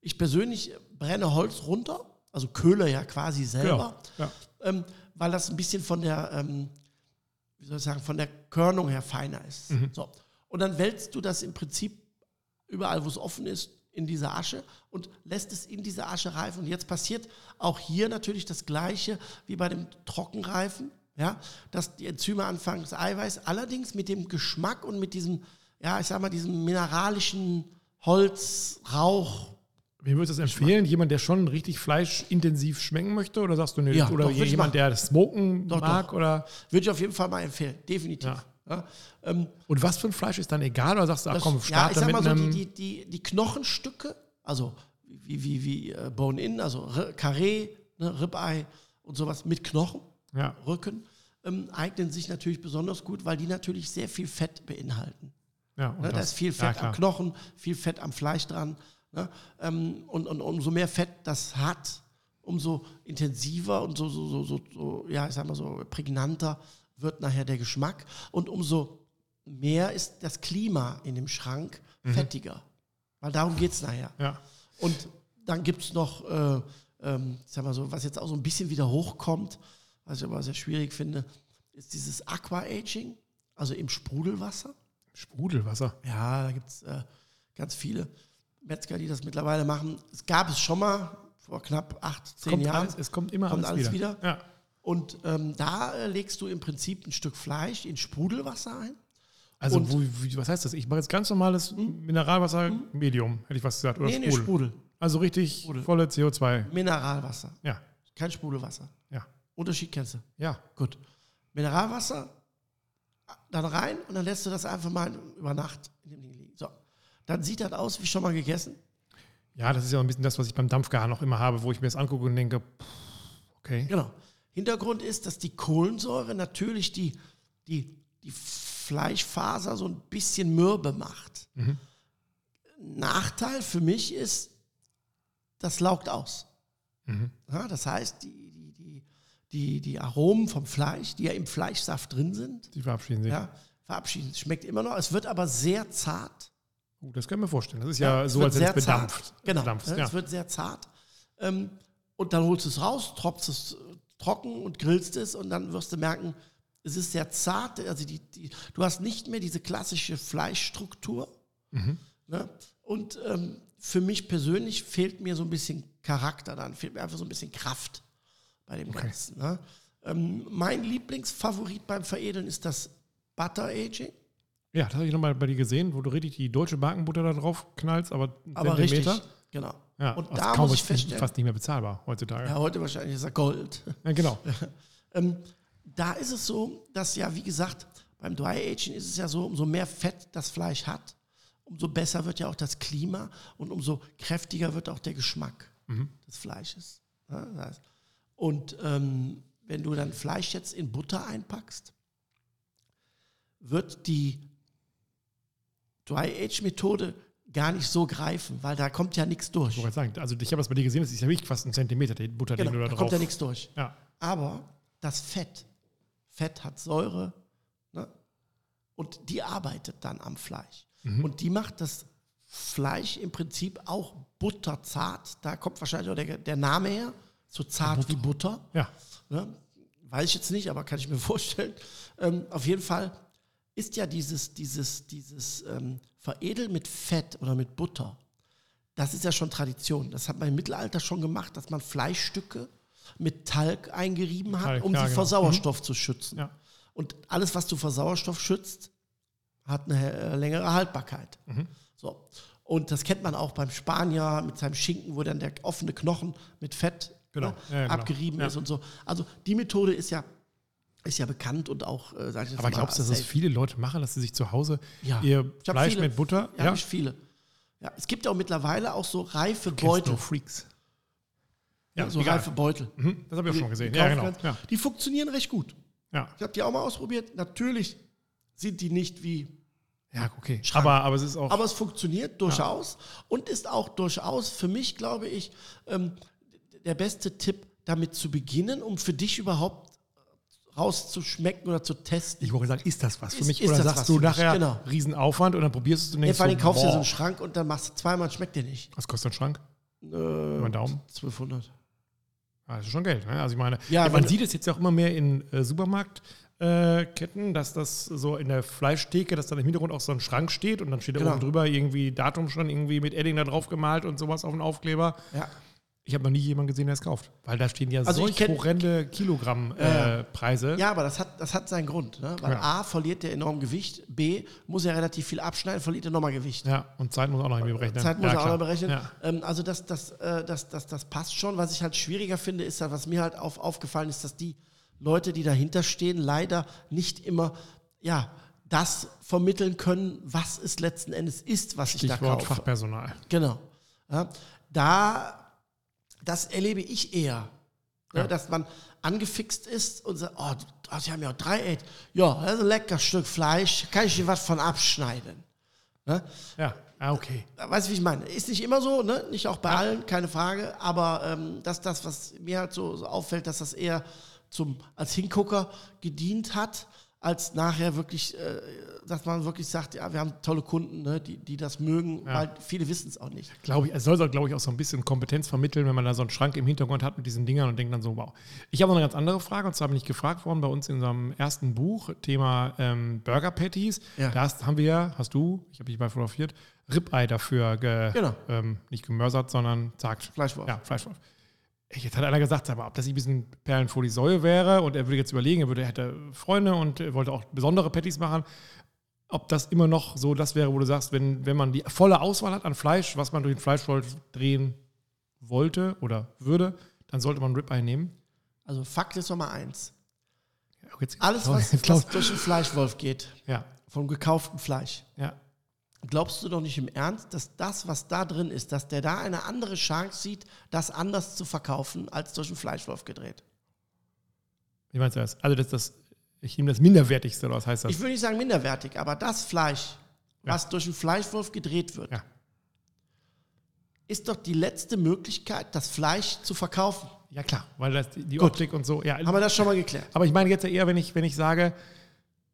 Ich persönlich brenne Holz runter, also köhle ja quasi selber, Genau. Ja. ähm, weil das ein bisschen von der, ähm, wie soll ich sagen, von der Körnung her feiner ist. Mhm. So. Und dann wälzt du das im Prinzip überall, wo es offen ist, in diese Asche und lässt es in diese Asche reifen. Und jetzt passiert auch hier natürlich das Gleiche wie bei dem Trockenreifen, ja, dass die Enzyme anfangen, das Eiweiß, allerdings mit dem Geschmack und mit diesem, ja, ich sag mal, diesem mineralischen Holzrauch. Wem würdest du das empfehlen? Jemand, der schon richtig fleischintensiv schmecken möchte? Oder sagst du, nee, Ja, oder doch, würd ich machen. jemand, der das Smoken Doch, mag? doch. Oder, Würde ich auf jeden Fall mal empfehlen, definitiv. Ja. Ja, ähm, und was für ein Fleisch ist dann egal? Oder sagst du, ach komm, Das- ja, ich starte sag mit mal so, einem... die, die, die, die Knochenstücke, also wie, wie, wie äh, Bone-In, also R Carré, ne, Ribeye und sowas mit Knochen, ja. Rücken, ähm, eignen sich natürlich besonders gut, weil die natürlich sehr viel Fett beinhalten. Ja, und Ne? Da das- ist viel ja, Fett klar. am Knochen, viel Fett am Fleisch dran. Ne? Ähm, und, und umso mehr Fett das hat, umso intensiver und so, so, so, so, so, ja, ich sag mal so, prägnanter wird nachher der Geschmack. Und umso mehr ist das Klima in dem Schrank Mhm. fettiger. Weil darum geht es nachher. Ja. Und dann gibt es noch, äh, ähm, ich sag mal so, was jetzt auch so ein bisschen wieder hochkommt, was ich aber sehr schwierig finde, ist dieses Aqua-Aging, also im Sprudelwasser. Sprudelwasser. Ja, da gibt es äh, ganz viele Metzger, die das mittlerweile machen. Es gab es schon mal vor knapp acht, zehn Kommt Jahren. alles, es kommt immer kommt alles, alles wieder. Ja. Und ähm, da äh, legst du im Prinzip ein Stück Fleisch in Sprudelwasser ein. Also, Und- Hm? wo, wie, was heißt das? Ich mache jetzt ganz normales Mineralwasser, Medium, hätte ich was gesagt. Oder nee, nee, Sprudel. Sprudel. Also richtig volle CO2. Mineralwasser, Ja, kein Sprudelwasser. ja. Unterschied kennst du. Ja. Gut. Mineralwasser, dann rein und dann lässt du das einfach mal über Nacht in dem Ding liegen. So. Dann sieht das aus wie schon mal gegessen. Ja, das ist ja ein bisschen das, was ich beim Dampfgar noch immer habe, wo ich mir das angucke und denke, pff, okay. Genau. Hintergrund ist, dass die Kohlensäure natürlich die, die, die Fleischfaser so ein bisschen mürbe macht. Nachteil für mich ist, das laugt aus. Ja, das heißt, die, die, die, die, die Aromen vom Fleisch, die ja im Fleischsaft drin sind, Die verabschieden sich. ja, verabschieden. Es Schmeckt immer noch, es wird aber sehr zart. Uh, das kann ich mir vorstellen. Das ist ja, es so, wird als wenn es sehr zart. bedampft. Genau, Bedampft, ne, ja. es wird sehr zart. Ähm, und dann holst du es raus, tropfst es äh, trocken und grillst es und dann wirst du merken, es ist sehr zart. Also die, die, du hast nicht mehr diese klassische Fleischstruktur. Ne? Und ähm, für mich persönlich fehlt mir so ein bisschen Charakter dann, fehlt mir einfach so ein bisschen Kraft bei dem Ganzen. Ne? Ähm, mein Lieblingsfavorit beim Veredeln ist das Butter Aging. ja, das habe ich nochmal bei dir gesehen, wo du richtig die deutsche Bakenbutter da drauf knallst, aber einen Aber Zentimeter. richtig, genau. Ja, und das da kaum muss ich ist feststellen, fast nicht mehr bezahlbar heutzutage. ja, Ja, heute wahrscheinlich ist er Gold. genau. Ähm, da ist es so, dass ja, wie gesagt, beim Dry Aging ist es ja so, umso mehr Fett das Fleisch hat, umso besser wird ja auch das Klima und umso kräftiger wird auch der Geschmack des Fleisches. Ja, das heißt, Und ähm, wenn du dann Fleisch jetzt in Butter einpackst, wird die Dry Age Methode gar nicht so greifen, weil da kommt ja nichts durch. Ich wollte gerade sagen, also ich habe das bei dir gesehen, das ist ja wirklich fast ein Zentimeter, die Butter, Genau, den du da da drauf kommt ja nichts durch. Ja, Aber das Fett, Fett hat Säure ne? und die arbeitet dann am Fleisch. Und die macht das Fleisch im Prinzip auch butterzart. Da kommt wahrscheinlich auch der, der Name her, so zart wie Butter. ja. Ne? Weiß ich jetzt nicht, aber kann ich mir vorstellen. Ähm, auf jeden Fall ist ja dieses, dieses, dieses ähm, Veredeln mit Fett oder mit Butter, das ist ja schon Tradition. Das hat man im Mittelalter schon gemacht, dass man Fleischstücke mit Talg eingerieben hat, Talg, um ja, sie vor genau. Sauerstoff zu schützen. Ja. Und alles, was du vor Sauerstoff schützt, hat eine äh, längere Haltbarkeit. Mhm. So. Und das kennt man auch beim Spanier mit seinem Schinken, wo dann der offene Knochen mit Fett Genau. ne, Ja, ja, genau. abgerieben Ja. ist und so. Also die Methode ist ja, ist ja bekannt und auch, äh, sag ich jetzt Aber mal, glaubst du, dass das safe. viele Leute machen, dass sie sich zu Hause Ja. ihr Ich hab Fleisch viele. mit Butter, Ja, hab ich viele. Ja, es gibt ja auch mittlerweile auch so reife Beutel. Beutel Freaks. Ja, Ja, so egal. reife Beutel. Mhm, das habe ich auch schon gesehen. Die Ja, kaufen genau. kannst. Ja, Die funktionieren recht gut. ja. Ich habe die auch mal ausprobiert. Natürlich sind die nicht wie ja okay. Aber, aber es ist auch. Aber es funktioniert durchaus und ist auch durchaus für mich, glaube ich, ähm, der beste Tipp, damit zu beginnen, um für dich überhaupt rauszuschmecken oder zu testen. ich wollte sagen, ist das was für Ist- mich? ist Oder das sagst was du für mich? nachher Genau. Riesenaufwand und dann probierst du es und Ja, denkst vor allem so, kaufst du dir so boah. einen Schrank und dann machst du zweimal und schmeckt dir nicht. Was kostet ein Schrank? Über den Daumen. 1200. Ah, das ist schon Geld. Ne? Also ich meine, Ja, ja, man wenn- sieht es jetzt ja auch immer mehr in äh, Supermarktketten, äh, Ketten, dass das so in der Fleischtheke, dass dann im Hintergrund auch so ein Schrank steht und dann steht Genau. da oben drüber irgendwie Datum schon irgendwie mit Edding da drauf gemalt und sowas auf den Aufkleber. Ja. Ich habe noch nie jemanden gesehen, der es kauft, weil da stehen ja Also solch ich kenn- horrende Kilogrammpreise. Äh, Preise. ja, aber das hat, das hat seinen Grund. Ne? Weil Ja. A, verliert der enorm Gewicht. B, muss er relativ viel abschneiden, verliert er nochmal Gewicht. Ja, und Zeit muss auch noch irgendwie berechnen. Zeit muss ja, er auch klar. noch berechnen. Ja. Ähm, also das, das, äh, das, das, das passt schon. Was ich halt schwieriger finde, ist, halt, was mir halt auf, aufgefallen ist, dass die Leute, die dahinter stehen, leider nicht immer ja, das vermitteln können, was es letzten Endes ist, was ich da Stichwort kaufe. Fachpersonal. Genau. Ja, da, das erlebe ich eher. Ne, Ja. Dass man angefixt ist und sagt, oh, du- sie haben ja auch drei Ed. Ja, das ist ein lecker Stück Fleisch, kann ich dir was von abschneiden. Ne? Ja, ah, okay. Weißt du, wie ich meine? Ist nicht immer so, ne? Nicht auch bei allen, keine Frage. Aber ähm, dass das, was mir halt so, so auffällt, dass das eher zum, als Hingucker gedient hat, als nachher wirklich, äh, dass man wirklich sagt, ja, wir haben tolle Kunden, ne, die, die das mögen, weil viele wissen es auch nicht. Glaube ich, es soll, glaube ich, auch so ein bisschen Kompetenz vermitteln, wenn man da so einen Schrank im Hintergrund hat mit diesen Dingern und denkt dann so, wow. Ich habe noch eine ganz andere Frage, und zwar bin ich gefragt worden bei uns in unserem ersten Buch, Thema ähm, Burger Patties. Ja. Da hast, haben wir, hast du, ich habe dich mal fotografiert, Ribeye dafür ge, Genau. ähm, nicht gemörsert, sondern zagt. Fleischwolf. Ja, Fleischwolf. Ey, Jetzt hat einer gesagt, sag mal, ob das nicht ein bisschen Perlen vor die Säue wäre und er würde jetzt überlegen, er, würde, er hätte Freunde und äh, wollte auch besondere Patties machen ob das immer noch so das wäre, wo du sagst, wenn, wenn man die volle Auswahl hat an Fleisch, was man durch den Fleischwolf drehen wollte oder würde, dann sollte man Ribeye nehmen. Also Fakt ist Nummer eins. Ja, jetzt- Alles, Sorry, was, jetzt laut. was durch den Fleischwolf geht, Ja, vom gekauften Fleisch, ja. glaubst du doch nicht im Ernst, dass das, was da drin ist, dass der da eine andere Chance sieht, das anders zu verkaufen, als durch den Fleischwolf gedreht? Wie meinst du das? Also, das, das, ich nehme das Minderwertigste raus, heißt das. Ich würde nicht sagen minderwertig, aber das Fleisch, was durch den Fleischwolf gedreht wird, Ja. ist doch die letzte Möglichkeit, das Fleisch zu verkaufen. Ja, klar, weil das die, die Gut. Optik und so. Ja, Haben wir das schon mal geklärt? aber ich meine jetzt ja eher, wenn ich, wenn ich sage,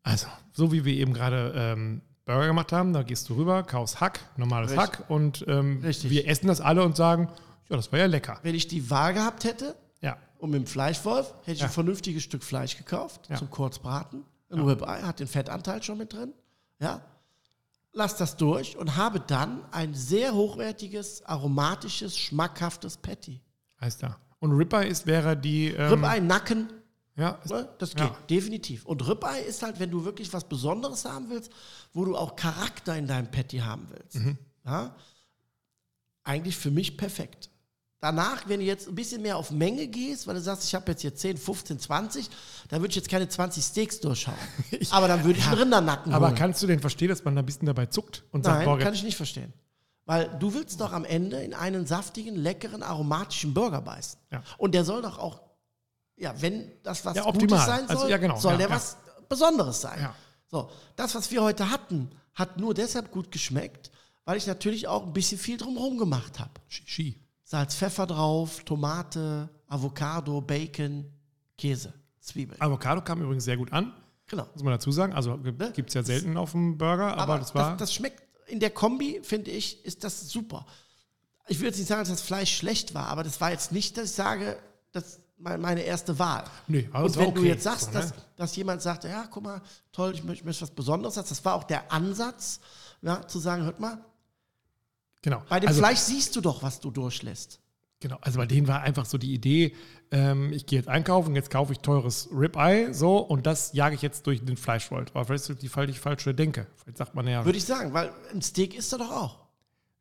also, so wie wir eben gerade ähm, Burger gemacht haben, da gehst du rüber, kaufst Hack, normales Richtig. Hack und ähm, Richtig. wir essen das alle und sagen, ja, das war ja lecker. Wenn ich die Wahl gehabt hätte Ja, und mit dem Fleischwolf, hätte ich Ja. ein vernünftiges Stück Fleisch gekauft, Ja. zum Kurzbraten. Ein Ribeye hat den Fettanteil schon mit drin. Ja. Lass das durch und habe dann ein sehr hochwertiges, aromatisches, schmackhaftes Patty. heißt da. Und Ripper ist, wäre die. Ähm, Ribeye, Nacken, ja, ist, Ne? Das geht, Ja. definitiv. Und Ribeye ist halt, wenn du wirklich was Besonderes haben willst, wo du auch Charakter in deinem Patty haben willst. Mhm. Ja? Eigentlich für mich perfekt. Danach, wenn du jetzt ein bisschen mehr auf Menge gehst, weil du sagst, ich habe jetzt hier 10, 15, 20, dann würde ich jetzt keine 20 Steaks durchschauen. aber dann würde ich einen Rindernacken aber holen. kannst du denn verstehen, dass man da ein bisschen dabei zuckt und sagt, Nein, boah, kann ich nicht verstehen. Weil du willst doch am Ende in einen saftigen, leckeren, aromatischen Burger beißen. Ja. Und der soll doch auch, ja, wenn das was Ja, optimal. Gutes sein soll, Also, ja, genau. soll Ja, der ja. was Besonderes sein. Ja. So, das, was wir heute hatten, hat nur deshalb gut geschmeckt, weil ich natürlich auch ein bisschen viel drumherum gemacht habe. Shishi. Salz, Pfeffer drauf, Tomate, Avocado, Bacon, Käse, Zwiebeln. Avocado kam übrigens sehr gut an, Genau. muss man dazu sagen. Also gibt es ja selten auf dem Burger, aber, das war. Ne? das, das schmeckt in der Kombi, finde ich, ist das super. Ich will jetzt nicht sagen, dass das Fleisch schlecht war, aber das war jetzt nicht, dass ich sage, das ist me- meine erste Wahl. Nee, aber Und ist wenn auch du okay, jetzt so, sagst, ne? dass, dass jemand sagt, ja, guck mal, toll, ich möchte, möchte was Besonderes, das war auch der Ansatz, ja, zu sagen, hört mal, genau. bei dem also, Fleisch siehst du doch, was du durchlässt. Genau, also bei denen war einfach so die Idee, ähm, ich gehe jetzt einkaufen, jetzt kaufe ich teures Ribeye, so, und das jage ich jetzt durch den Fleischwolf. Aber vielleicht ist das die falsche, falsche Denke. Vielleicht sagt man ja, Würde ich sagen, weil ein Steak ist er doch auch.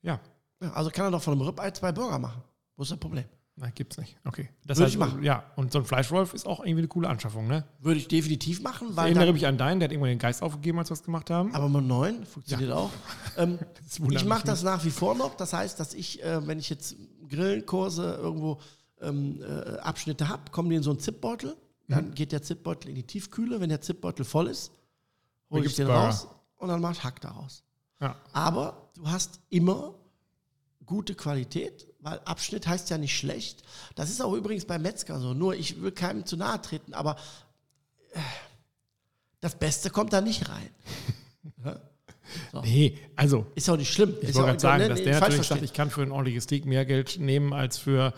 ja, Ja, also kann er doch von einem Ribeye zwei Burger machen. Wo ist das Problem? nein, gibt's nicht. Okay. Das Würde ich machen. Ja, und so ein Fleischwolf ist auch irgendwie eine coole Anschaffung, ne? Würde ich definitiv machen, weil Erinnere dann, mich an deinen, der hat irgendwann den Geist aufgegeben, als wir das gemacht haben. aber mit neun funktioniert auch. Ähm, Das ne? wundert mich ich mache das nach wie vor noch. Das heißt, dass ich, äh, wenn ich jetzt Grillenkurse irgendwo ähm, äh, Abschnitte habe, kommen die in so einen Zipbeutel. Mhm. Dann geht der Zipbeutel in die Tiefkühle. Wenn der Zipbeutel voll ist, hole ich gibt's den Burger. raus und dann mache ich Hack daraus. Ja. Aber du hast immer gute Qualität, weil Abschnitt heißt ja nicht schlecht. Das ist auch übrigens bei Metzger so. Nur ich will keinem zu nahe treten, aber äh, das Beste kommt da nicht rein. Nee, also, Ist ja auch nicht schlimm. ich ist wollte ja gerade auch- sagen, nee, dass nee, der falsch natürlich sagt, verstehen. ich kann für ein ordentliches Steak mehr Geld nehmen als für,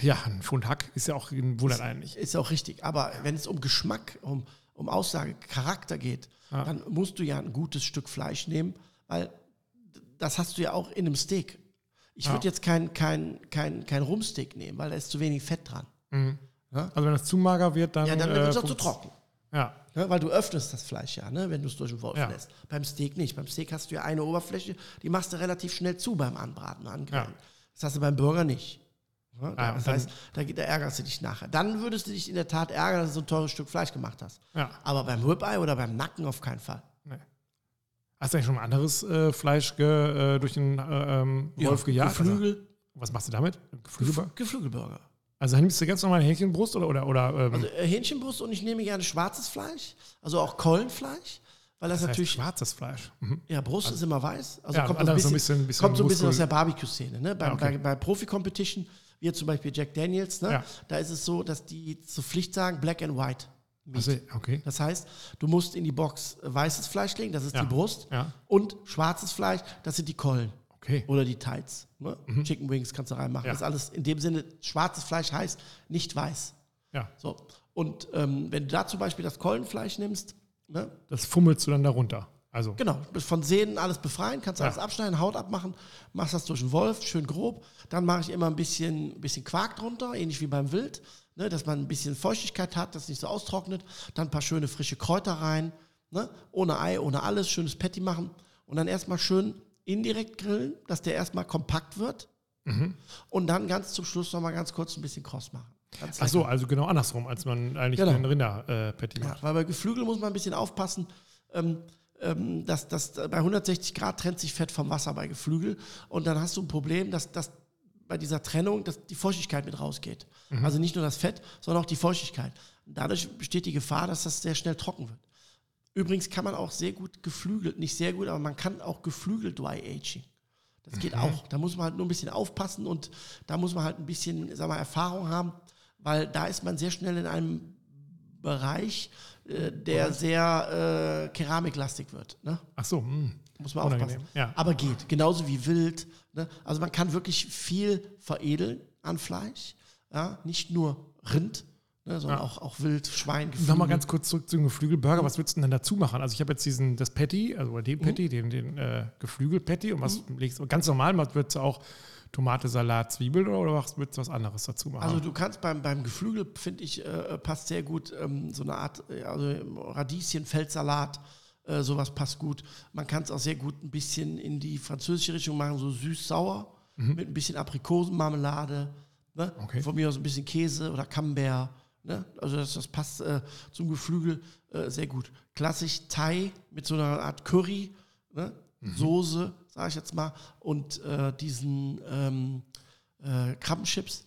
ja, ein Pfund Hack ist ja auch, wundert einen nicht. Ist auch richtig. Aber wenn es um Geschmack, um, um Aussage, Charakter geht, dann musst du ja ein gutes Stück Fleisch nehmen, weil d- das hast du ja auch in einem Steak. Ich würde jetzt kein, kein, kein, kein Rumsteak nehmen, weil da ist zu wenig Fett dran. Also, wenn das zu mager wird, dann. äh, Ja, dann wird es auch zu funkt's- trocken. Ja, Ne? Weil du öffnest das Fleisch ja, ne? wenn du es durch den Wolf Ja. lässt. Beim Steak nicht. Beim Steak hast du ja eine Oberfläche, die machst du relativ schnell zu beim Anbraten, angrillen. Ja. Das hast du beim Burger nicht. Ne? Ah, das und heißt, da, geht- da ärgerst du dich nachher. Dann würdest du dich in der Tat ärgern, dass du so ein teures Stück Fleisch gemacht hast. ja. Aber beim Ribeye oder beim Nacken auf keinen Fall. Hast du eigentlich schon mal anderes äh, Fleisch ge, äh, durch den äh, ähm, Wolf gejagt? Geflügel, Also, was machst du damit? Geflügel? Geflügelburger. Also nimmst du ganz normal Hähnchenbrust oder oder oder ähm, Also, äh, Hähnchenbrust und ich nehme gerne schwarzes Fleisch, also auch Kollenfleisch, weil das, das heißt natürlich schwarzes Fleisch. Mhm. Ja, Brust ist immer weiß. Also Ja, kommt, so ein anderes so bisschen, ein bisschen- bisschen kommt so ein bisschen Muskel- aus der Barbecue-Szene. Ne? Bei, Ja, okay. bei, bei Profi-Competition, wie jetzt zum Beispiel Jack Daniels, ne? Ja. da ist es so, dass die zur Pflicht sagen, black and white. Also, okay. Das heißt, du musst in die Box weißes Fleisch legen, das ist Ja. die Brust, Ja. und schwarzes Fleisch, das sind die Kollen Okay. oder die Tights. Ne? Chicken Wings kannst du reinmachen. Mhm. Ja. Das ist alles in dem Sinne, schwarzes Fleisch heißt nicht weiß. Ja. So. Und ähm, wenn du da zum Beispiel das Kollenfleisch nimmst, ne, Das fummelst du dann darunter. Also Genau, von Sehnen alles befreien, kannst Ja. alles abschneiden, Haut abmachen, machst das durch den Wolf, schön grob. Dann mache ich immer ein bisschen, bisschen Quark drunter, ähnlich wie beim Wild, ne, dass man ein bisschen Feuchtigkeit hat, das nicht so austrocknet. Dann ein paar schöne frische Kräuter rein, ne, ohne Ei, ohne alles, schönes Patty machen und dann erstmal schön indirekt grillen, Mhm. dass der erstmal kompakt wird und dann ganz zum Schluss nochmal ganz kurz ein bisschen kross machen. Ganz Ach so, lecker. also genau andersrum, als man eigentlich Genau. den Rinder-Patty Ja, macht. weil bei Geflügel muss man ein bisschen aufpassen. Ähm, ähm, dass, dass, bei 160 Grad trennt sich Fett vom Wasser bei Geflügel. Und dann hast du ein Problem, dass, dass bei dieser Trennung dass die Feuchtigkeit mit rausgeht. Also nicht nur das Fett, sondern auch die Feuchtigkeit. Und dadurch besteht die Gefahr, dass das sehr schnell trocken wird. Übrigens kann man auch sehr gut geflügelt, nicht sehr gut, aber man kann auch geflügelt dry aging. Das geht auch. Da muss man halt nur ein bisschen aufpassen und da muss man halt ein bisschen, sag mal, Erfahrung haben, weil da ist man sehr schnell in einem Bereich, äh, der sehr äh, keramiklastig wird. Ne? Ach so, hm. mh. Muss man Unangenehm, aufpassen. ja. Aber geht, genauso wie wild. Ne? Also man kann wirklich viel veredeln an Fleisch. Ja? Nicht nur Rind, ne? sondern Ja. auch, auch Wild, Schwein, Nochmal ganz kurz zurück zum Geflügelburger. Was würdest du denn dazu machen? Also ich habe jetzt diesen, das Patty, also Mhm. den Patty, den, den äh, Geflügel-Patty. Und was legst du? Ganz normal, was würdest du auch Tomate, Salat, Zwiebeln oder, oder was würdest du was anderes dazu machen? Also du kannst beim, beim Geflügel, finde ich, äh, passt sehr gut ähm, so eine Art äh, also Radieschen, Feldsalat, äh, sowas passt gut. Man kann es auch sehr gut ein bisschen in die französische Richtung machen, so süß-sauer, mit ein bisschen Aprikosenmarmelade, ne? Okay. von mir aus ein bisschen Käse oder Camembert. Ne? Also das, das passt äh, zum Geflügel äh, sehr gut. Klassisch Thai mit so einer Art Curry, ne? Soße, sage ich jetzt mal, und äh, diesen ähm, äh, Krabbenchips.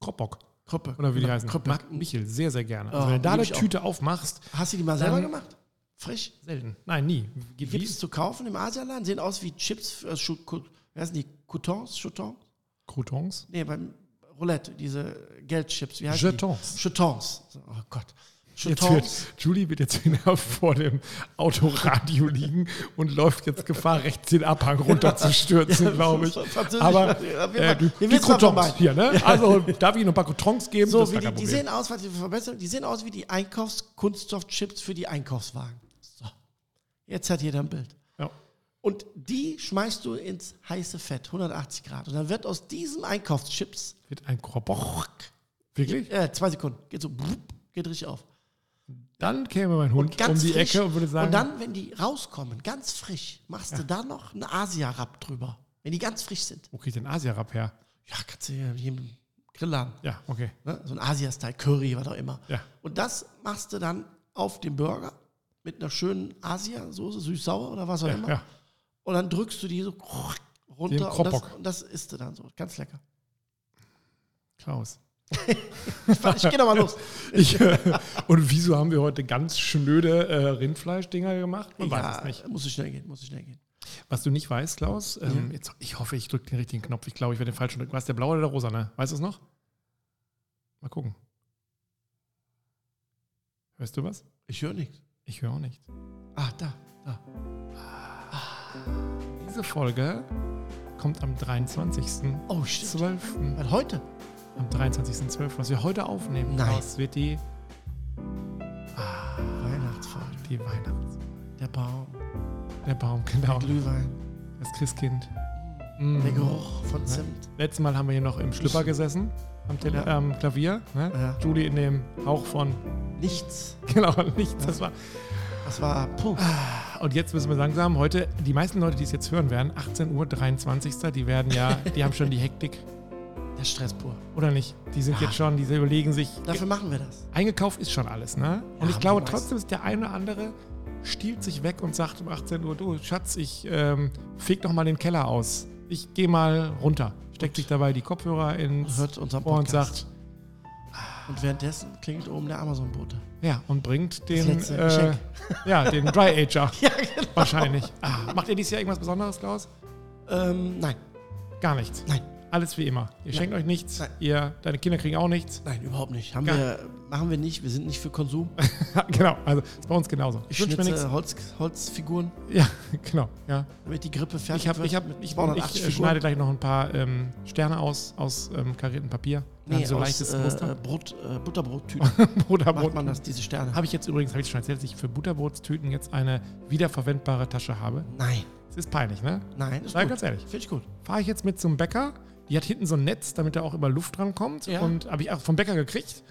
Kropbock. Krüppe. Oder wie die Genau, heißen. Krüppe. Mag Michel sehr, sehr gerne. Also Ah, wenn du da lieb eine ich auch. Tüte aufmachst, Hast du die mal selber Dann- gemacht? Frisch? selten. Nein, nie. Wie- Gibt es zu kaufen im Asialaden? Sehen aus wie Chips, äh, Schu- Ku- wie heißen die? Coutons? Chutons? Croutons? Nee, beim Roulette, diese Geldchips. Wie heißen Jetons. Die? Jetons. So, Oh Gott. Jetzt Jetons. wird, Julie wird jetzt wieder vor dem Autoradio liegen und läuft jetzt Gefahr, rechts den Abhang runterzustürzen, glaube ich. Französisch. Aber Ja, wir äh, machen- die, wir die wissen, was wir Croutons meinen. hier, ne? Also darf ich noch ein paar Croutons geben? So, Das ist gar wie die, kein die Problem. sehen aus, was die Verbesserung, die sehen aus wie die Einkaufskunststoffchips für die Einkaufswagen. So. Jetzt hat jeder ein Bild. Ja. Und die schmeißt du ins heiße Fett, 180 Grad. Und dann wird aus diesem Einkaufschips Mit einem Kropbock. Wirklich? Ja, zwei Sekunden. Geht so, brupp, geht richtig auf. Dann käme mein Hund um die frisch. Ecke und würde sagen, Und dann, wenn die rauskommen, ganz frisch, machst du da noch einen Asia-Rap drüber. Wenn die ganz frisch sind. wo kriege ich den Asia-Rap her? Ja, kannst du hier hier im Grillladen. Ja, okay. Ne? So ein Asia-Style, Curry, was auch immer. Ja. Und das machst du dann auf dem Burger mit einer schönen Asia-Soße, süß-sauer oder was auch immer. Ja. Und dann drückst du die so Wie im runter. Und das, Kroppock. und das isst du dann so. Ganz lecker. Klaus. Ich, fahr- ich geh nochmal los. Ich, äh, und wieso haben wir heute ganz schnöde äh, Rindfleischdinger gemacht? Man weiß es Ja, nicht. Muss es schnell gehen, muss es schnell gehen. Was du nicht weißt, Klaus, ähm, Mhm. jetzt, ich hoffe, ich drücke den richtigen Knopf. Ich glaube, ich werde den falschen drücken. War es der blaue oder der rosa, ne? Weißt du es noch? Mal gucken. Hörst du was? Ich höre nichts. Ich höre auch nichts. Ah, da, da. Diese Folge kommt am 23.12. Oh, stimmt. Was, heute? Am 23.12., was wir heute aufnehmen, Nein. Klaus, wird die, Weihnachtsfolge. die Weihnachts... Der Baum, Der Baum, genau. Glühwein, Das Christkind. Mm. der Geruch von Zimt. Letztes Mal haben wir hier noch im Schlüpper gesessen, am Tele Ja. ähm, Klavier. Ne? Ja. Julie in dem Hauch von, Nichts. genau, nichts. Das war Das war, puh. Und jetzt müssen wir langsam heute, die meisten Leute, die es jetzt hören werden, 18.23 Uhr, die werden ja, die haben schon die Hektik, Der Stress pur. oder nicht? Die sind jetzt schon, die überlegen sich, Dafür machen wir das. eingekauft ist schon alles, ne? Und Ja, ich glaube die meisten. trotzdem ist der eine oder andere, stiehlt sich weg und sagt um 18 Uhr, du Schatz, ich ähm, feg doch mal den Keller aus. Ich gehe mal runter. Steckt sich dabei die Kopfhörer ins Hört unseren Ohr und Podcast. sagt, Und währenddessen klingelt oben der Amazon-Bote. ja, und bringt den, letzte äh, Geschenk. ja, den Dry Ager. Ja, genau. Wahrscheinlich. Ah, macht ihr dieses Jahr irgendwas Besonderes, Klaus? Ähm, nein, Gar nichts. nein, Alles wie immer. Ihr schenkt euch nichts, Nein. ihr, deine Kinder kriegen auch nichts. nein, überhaupt nicht. Haben Gar- wir, machen wir nicht. Wir sind nicht für Konsum. genau, also ist bei uns genauso. Ich Wünsch mir nichts. schnitze Holz, Holzfiguren, Ja, genau. Ja. damit die Grippe fertig Ich, hab, wird. ich, hab, mit ich, ich 280 äh, Figuren. schneide gleich noch ein paar ähm, Sterne aus, aus ähm, kariertem Papier. Wir nee, haben so aus, leichtes äh, Muster. Brot, äh, Butterbrottüten macht Butterbrot. man das, diese Sterne. Habe ich jetzt übrigens, habe ich schon erzählt, dass ich für Butterbrotstüten jetzt eine wiederverwendbare Tasche habe. Nein, Es ist peinlich, ne? nein, ist Sei gut. ganz ehrlich. Finde ich gut. fahre ich jetzt mit zum Bäcker. Die hat hinten so ein Netz, damit da auch immer Luft dran kommt. Ja. Und habe ich auch vom Bäcker gekriegt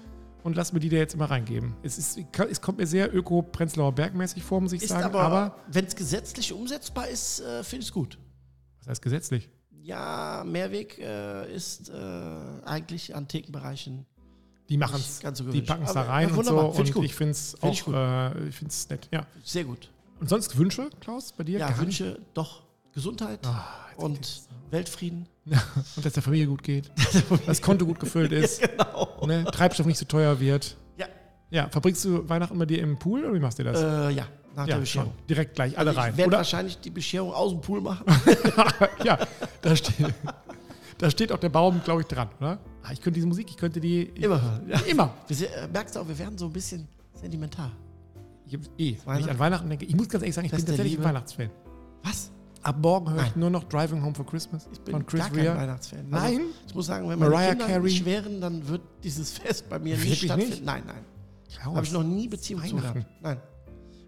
und lass mir die da jetzt immer reingeben. Es, ist, es kommt mir sehr öko-Prenzlauer Bergmäßig vor, muss ich Ist sagen. aber, wenn es gesetzlich umsetzbar ist, äh, finde ich es gut. was heißt gesetzlich? Ja, Mehrweg äh, ist äh, eigentlich an Thekenbereichen Die machen es, Nicht ganz so die gewünscht. packen es da Aber, rein ja, und so. wunderbar. Find ich Und gut. ich finde es Find ich auch, gut. äh, ich finde es nett. Ja. Sehr gut. Und sonst Wünsche, Klaus, bei dir? Ja, Geheim- wünsche doch Gesundheit Ah, und Weltfrieden. Und dass der Familie gut geht, dass das Konto gut gefüllt ist, Genau. ne? Treibstoff nicht zu teuer wird. Ja, Ja, verbringst du Weihnachten bei dir im Pool oder wie machst du das? äh, ja nach der ja, Bescherung. schon. direkt gleich alle Ich rein. werde Oder? wahrscheinlich die Bescherung aus dem Pool machen. ja, da steht, da steht auch der Baum, glaube ich, dran, oder? Ah, ich könnte diese Musik, ich könnte die. Immer hören. Ja. Immer. Wir se- äh, merkst du auch, wir werden so ein bisschen sentimental. Ich, hab- eh, wenn ich Weihnachten. an Weihnachten denke, ich muss ganz ehrlich sagen, ich Fest bin der tatsächlich ein Liebe. Weihnachtsfan. Was? Ab morgen höre ich Nein. nur noch Driving Home for Christmas Ich bin von Chris gar kein Rea. Weihnachtsfan. Nein? Also, ich muss sagen, wenn meine Mariah Kinder Carey? nicht wären, dann wird dieses Fest bei mir Wirklich nicht stattfinden. nicht? Nein, nein. Klaus, Habe ich noch nie Beziehung zu Weihnachten. gehabt. Nein.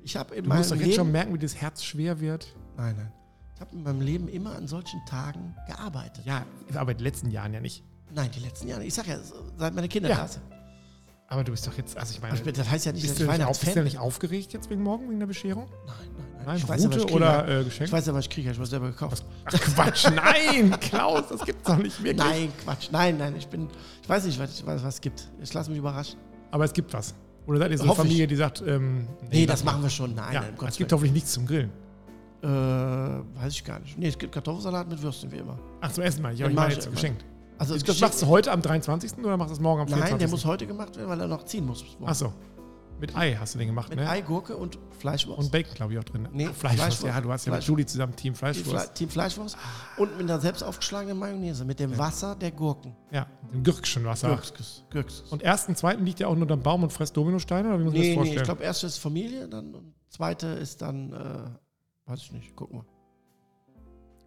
Ich habe in du musst doch meinem jetzt schon Leben merken, wie das Herz schwer wird. Nein, nein. Ich habe in meinem Leben immer an solchen Tagen gearbeitet. Ja, aber in den letzten Jahren ja nicht. Nein, die letzten Jahre. Ich sag ja, seit meiner Kinderklasse. Aber du bist doch jetzt, also ich meine, Aber ich bin- Das heißt ja nicht, bist, dass du ich nicht auf, bist Weihnachtsfan du bin. nicht aufgeregt jetzt wegen morgen, wegen der Bescherung? Nein, nein, Nein, Ich weiß ja, was Route ich kriege. oder äh, Geschenk? Ich weiß ja, was ich kriege. Ich habe es selber gekauft. Ach Quatsch, nein, Klaus, das gibt's doch nicht wirklich. Nein, Quatsch. Nein, nein. Ich bin. Ich weiß nicht, was, was, was es gibt. Ich lasse mich überraschen. Aber es gibt was. Oder seid ihr so eine Hoffe ich. Familie, die sagt, ähm, Nee, lass das mal. machen wir schon. Nein, Ja, nein, um es Gottes gibt Willen. hoffentlich nichts zum Grillen. Äh, weiß ich gar nicht. Nee, es gibt Kartoffelsalat mit Würstchen, wie immer. Ach, zum Essen mal. Ich Dann habe mal mach ich jetzt irgendwas. geschenkt. Also, Das machst du heute am 23. oder machst du das morgen am 24.? Nein, der muss heute gemacht werden, weil er noch ziehen muss. Ach so. Mit Ei hast du den gemacht, Mit ne? Ei, Gurke und Fleischwurst. Und Bacon, glaube ich, auch drin. Nee, Ah, Fleischwurst. Fleischwurst. Ja, du hast ja mit Fleischwurst. Julie zusammen Team Die Fle Fleischwurst. Team Fleischwurst und mit einer selbst aufgeschlagenen Mayonnaise, mit dem Wasser der Gurken. Ja, im Gürkschen Wasser. Gürkskes. Gürkskes. Und ersten, zweiten liegt ja auch nur am Baum und frisst Dominosteine? Oder wie muss man Nee, das nee, vorstellen? ich glaube, erste ist Familie, dann und zweite ist dann, äh, weiß ich nicht, guck mal.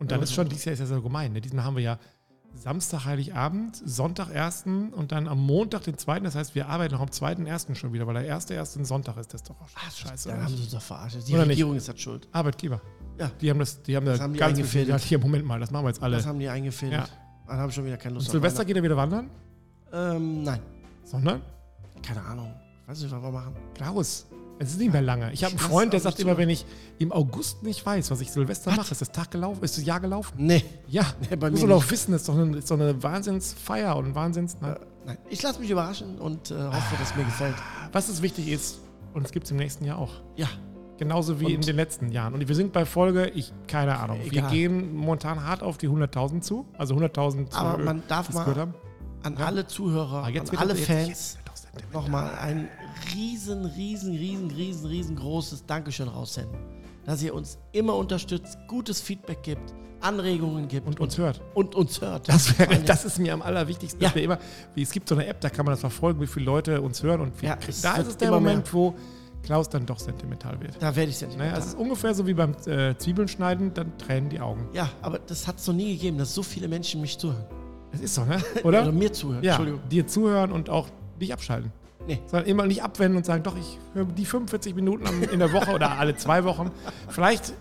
und äh, dann ist schon, dieses Jahr ist ja so gemein. Ne? Diesmal haben wir ja Samstag, Heiligabend, Sonntag, ersten und dann am Montag, den zweiten. Das heißt, wir arbeiten auch am zweiten, ersten schon wieder, weil der erste, erste ein Sonntag ist. Das ist doch auch scheiße. Da oder? haben sie uns doch verarscht. Die Oder nicht? Regierung ist halt schuld. Arbeitgeber. Ja. Die haben das, die haben das haben die ganz eingefädelt. gesagt, hier, Moment mal, das machen wir jetzt alle. Das haben die eingefädelt. Dann habe ich schon wieder keine Lust auf Silvester geht er wieder wandern, Weihnachten. Ähm, nein, sondern keine Ahnung. Weiß nicht, was wir machen. Klaus. Es ist nicht mehr lange. Ich habe einen Scheiß Freund, der auf sagt mich immer, zu. wenn ich im August nicht weiß, was ich Silvester mache, ist das Tag gelaufen, ist das Jahr gelaufen. Nee. Ja, Nee, bei muss mir man doch wissen, das ist doch eine, ist doch eine Wahnsinnsfeier und Wahnsinns. ne? Äh, nein. Ich lasse mich überraschen und äh, hoffe, dass mir gefällt. Was es wichtig ist, und es gibt es im nächsten Jahr auch. Ja, Genauso wie Und- in den letzten Jahren. Und wir sind bei Folge, ich, keine Ahnung. Wir Egal. gehen momentan hart auf die 100.000 zu. Also 100.000 aber äh, man darf das gehört mal haben. an alle Zuhörer, Aber an jetzt wird alle jetzt- Fans. jetzt wird auch sentimental. nochmal ein riesen, riesen, riesen, riesen, riesengroßes Dankeschön raussenden. Dass ihr uns immer unterstützt, gutes Feedback gibt, Anregungen gibt Und uns hört. und uns hört. Das, wäre, das ist mir am allerwichtigsten. dass Ja. wir immer, wie, es gibt so eine App, da kann man das verfolgen, wie viele Leute uns hören. Und wie, Ja, es da ist wird es der immer Moment, wo Klaus dann doch sentimental wird. da werde ich ja nicht Naja, mehr es ist ungefähr so wie beim äh, Zwiebeln schneiden, dann tränen die Augen. Ja, aber das hat es noch nie gegeben, dass so viele Menschen mich zuhören. Es ist so, ne? Oder? Oder mir zuhören. ja, Entschuldigung. dir zuhören und auch nicht abschalten. Nee. Sondern immer nicht abwenden und sagen, doch, ich höre die 45 Minuten am, in der Woche oder alle zwei Wochen. Vielleicht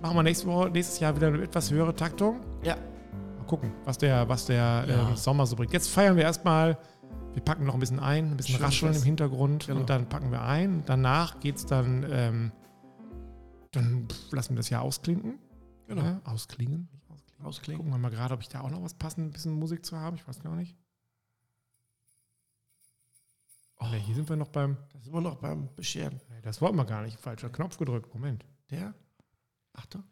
machen wir nächste Woche, nächstes Jahr wieder eine etwas höhere Taktung. Ja, Mal gucken, was der, was der Ja. ähm, Sommer so bringt. Jetzt feiern wir erstmal. Wir packen noch ein bisschen ein, ein bisschen Schön rascheln im fest. Hintergrund Genau. und dann packen wir ein. Danach geht's dann, ähm, dann pff, lassen wir das Jahr ausklinken. Genau. Ja, ausklingen. nicht ausklingen. ausklingen. Gucken wir mal gerade, ob ich da auch noch was passend, ein bisschen Musik zu haben. Ich weiß gar nicht. Oh. Nee, hier sind wir noch beim. Da sind wir noch beim Bescheren. Nee, das wollten wir gar nicht. Falscher Knopf gedrückt. Moment. Der? Achtung.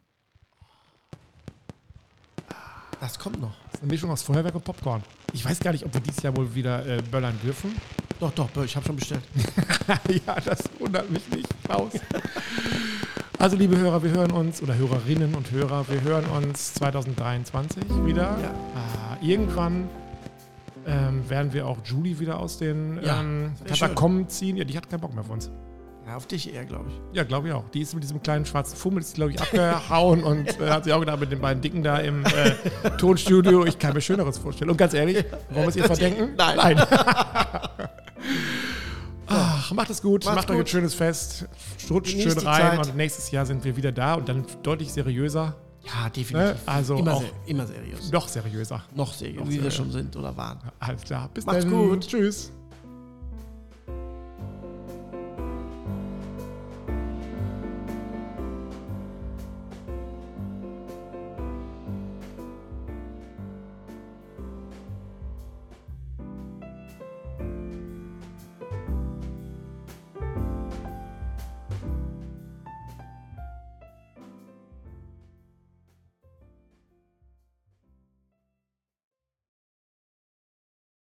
Das kommt noch. Das ist eine Mischung aus Feuerwerk und Popcorn. Ich weiß gar nicht, ob wir dieses Jahr wohl wieder äh, böllern dürfen. Doch, doch, ich habe schon bestellt. ja, das wundert mich nicht, Klaus. Also, liebe Hörer, wir hören uns, oder Hörerinnen und Hörer, wir hören uns 2023 wieder. Ja. Ah, irgendwann ähm, werden wir auch Julie wieder aus den Ja, ähm, sehr schön. Katakomben ziehen. Ja, die hat keinen Bock mehr auf uns. Ja, auf dich eher, glaube ich. Ja, glaube ich auch. Die ist mit diesem kleinen schwarzen Fummel, ist, glaube ich, abgehauen und äh, hat sich auch gedacht, mit den beiden Dicken da im äh, Tonstudio, ich kann mir Schöneres vorstellen. Und ganz ehrlich, wollen wir es ihr verdenken? Nein. Ach, macht es gut, Macht's macht euch ein gut. schönes Fest, rutscht Genießt schön die rein Zeit. und nächstes Jahr sind wir wieder da und dann deutlich seriöser, Ja, ne? definitiv. also Immer, auch ser immer seriös. noch seriöser. noch seriös, Noch wie wir seriös. schon sind oder waren. Alles klar, bis Macht's dann. gut. Tschüss.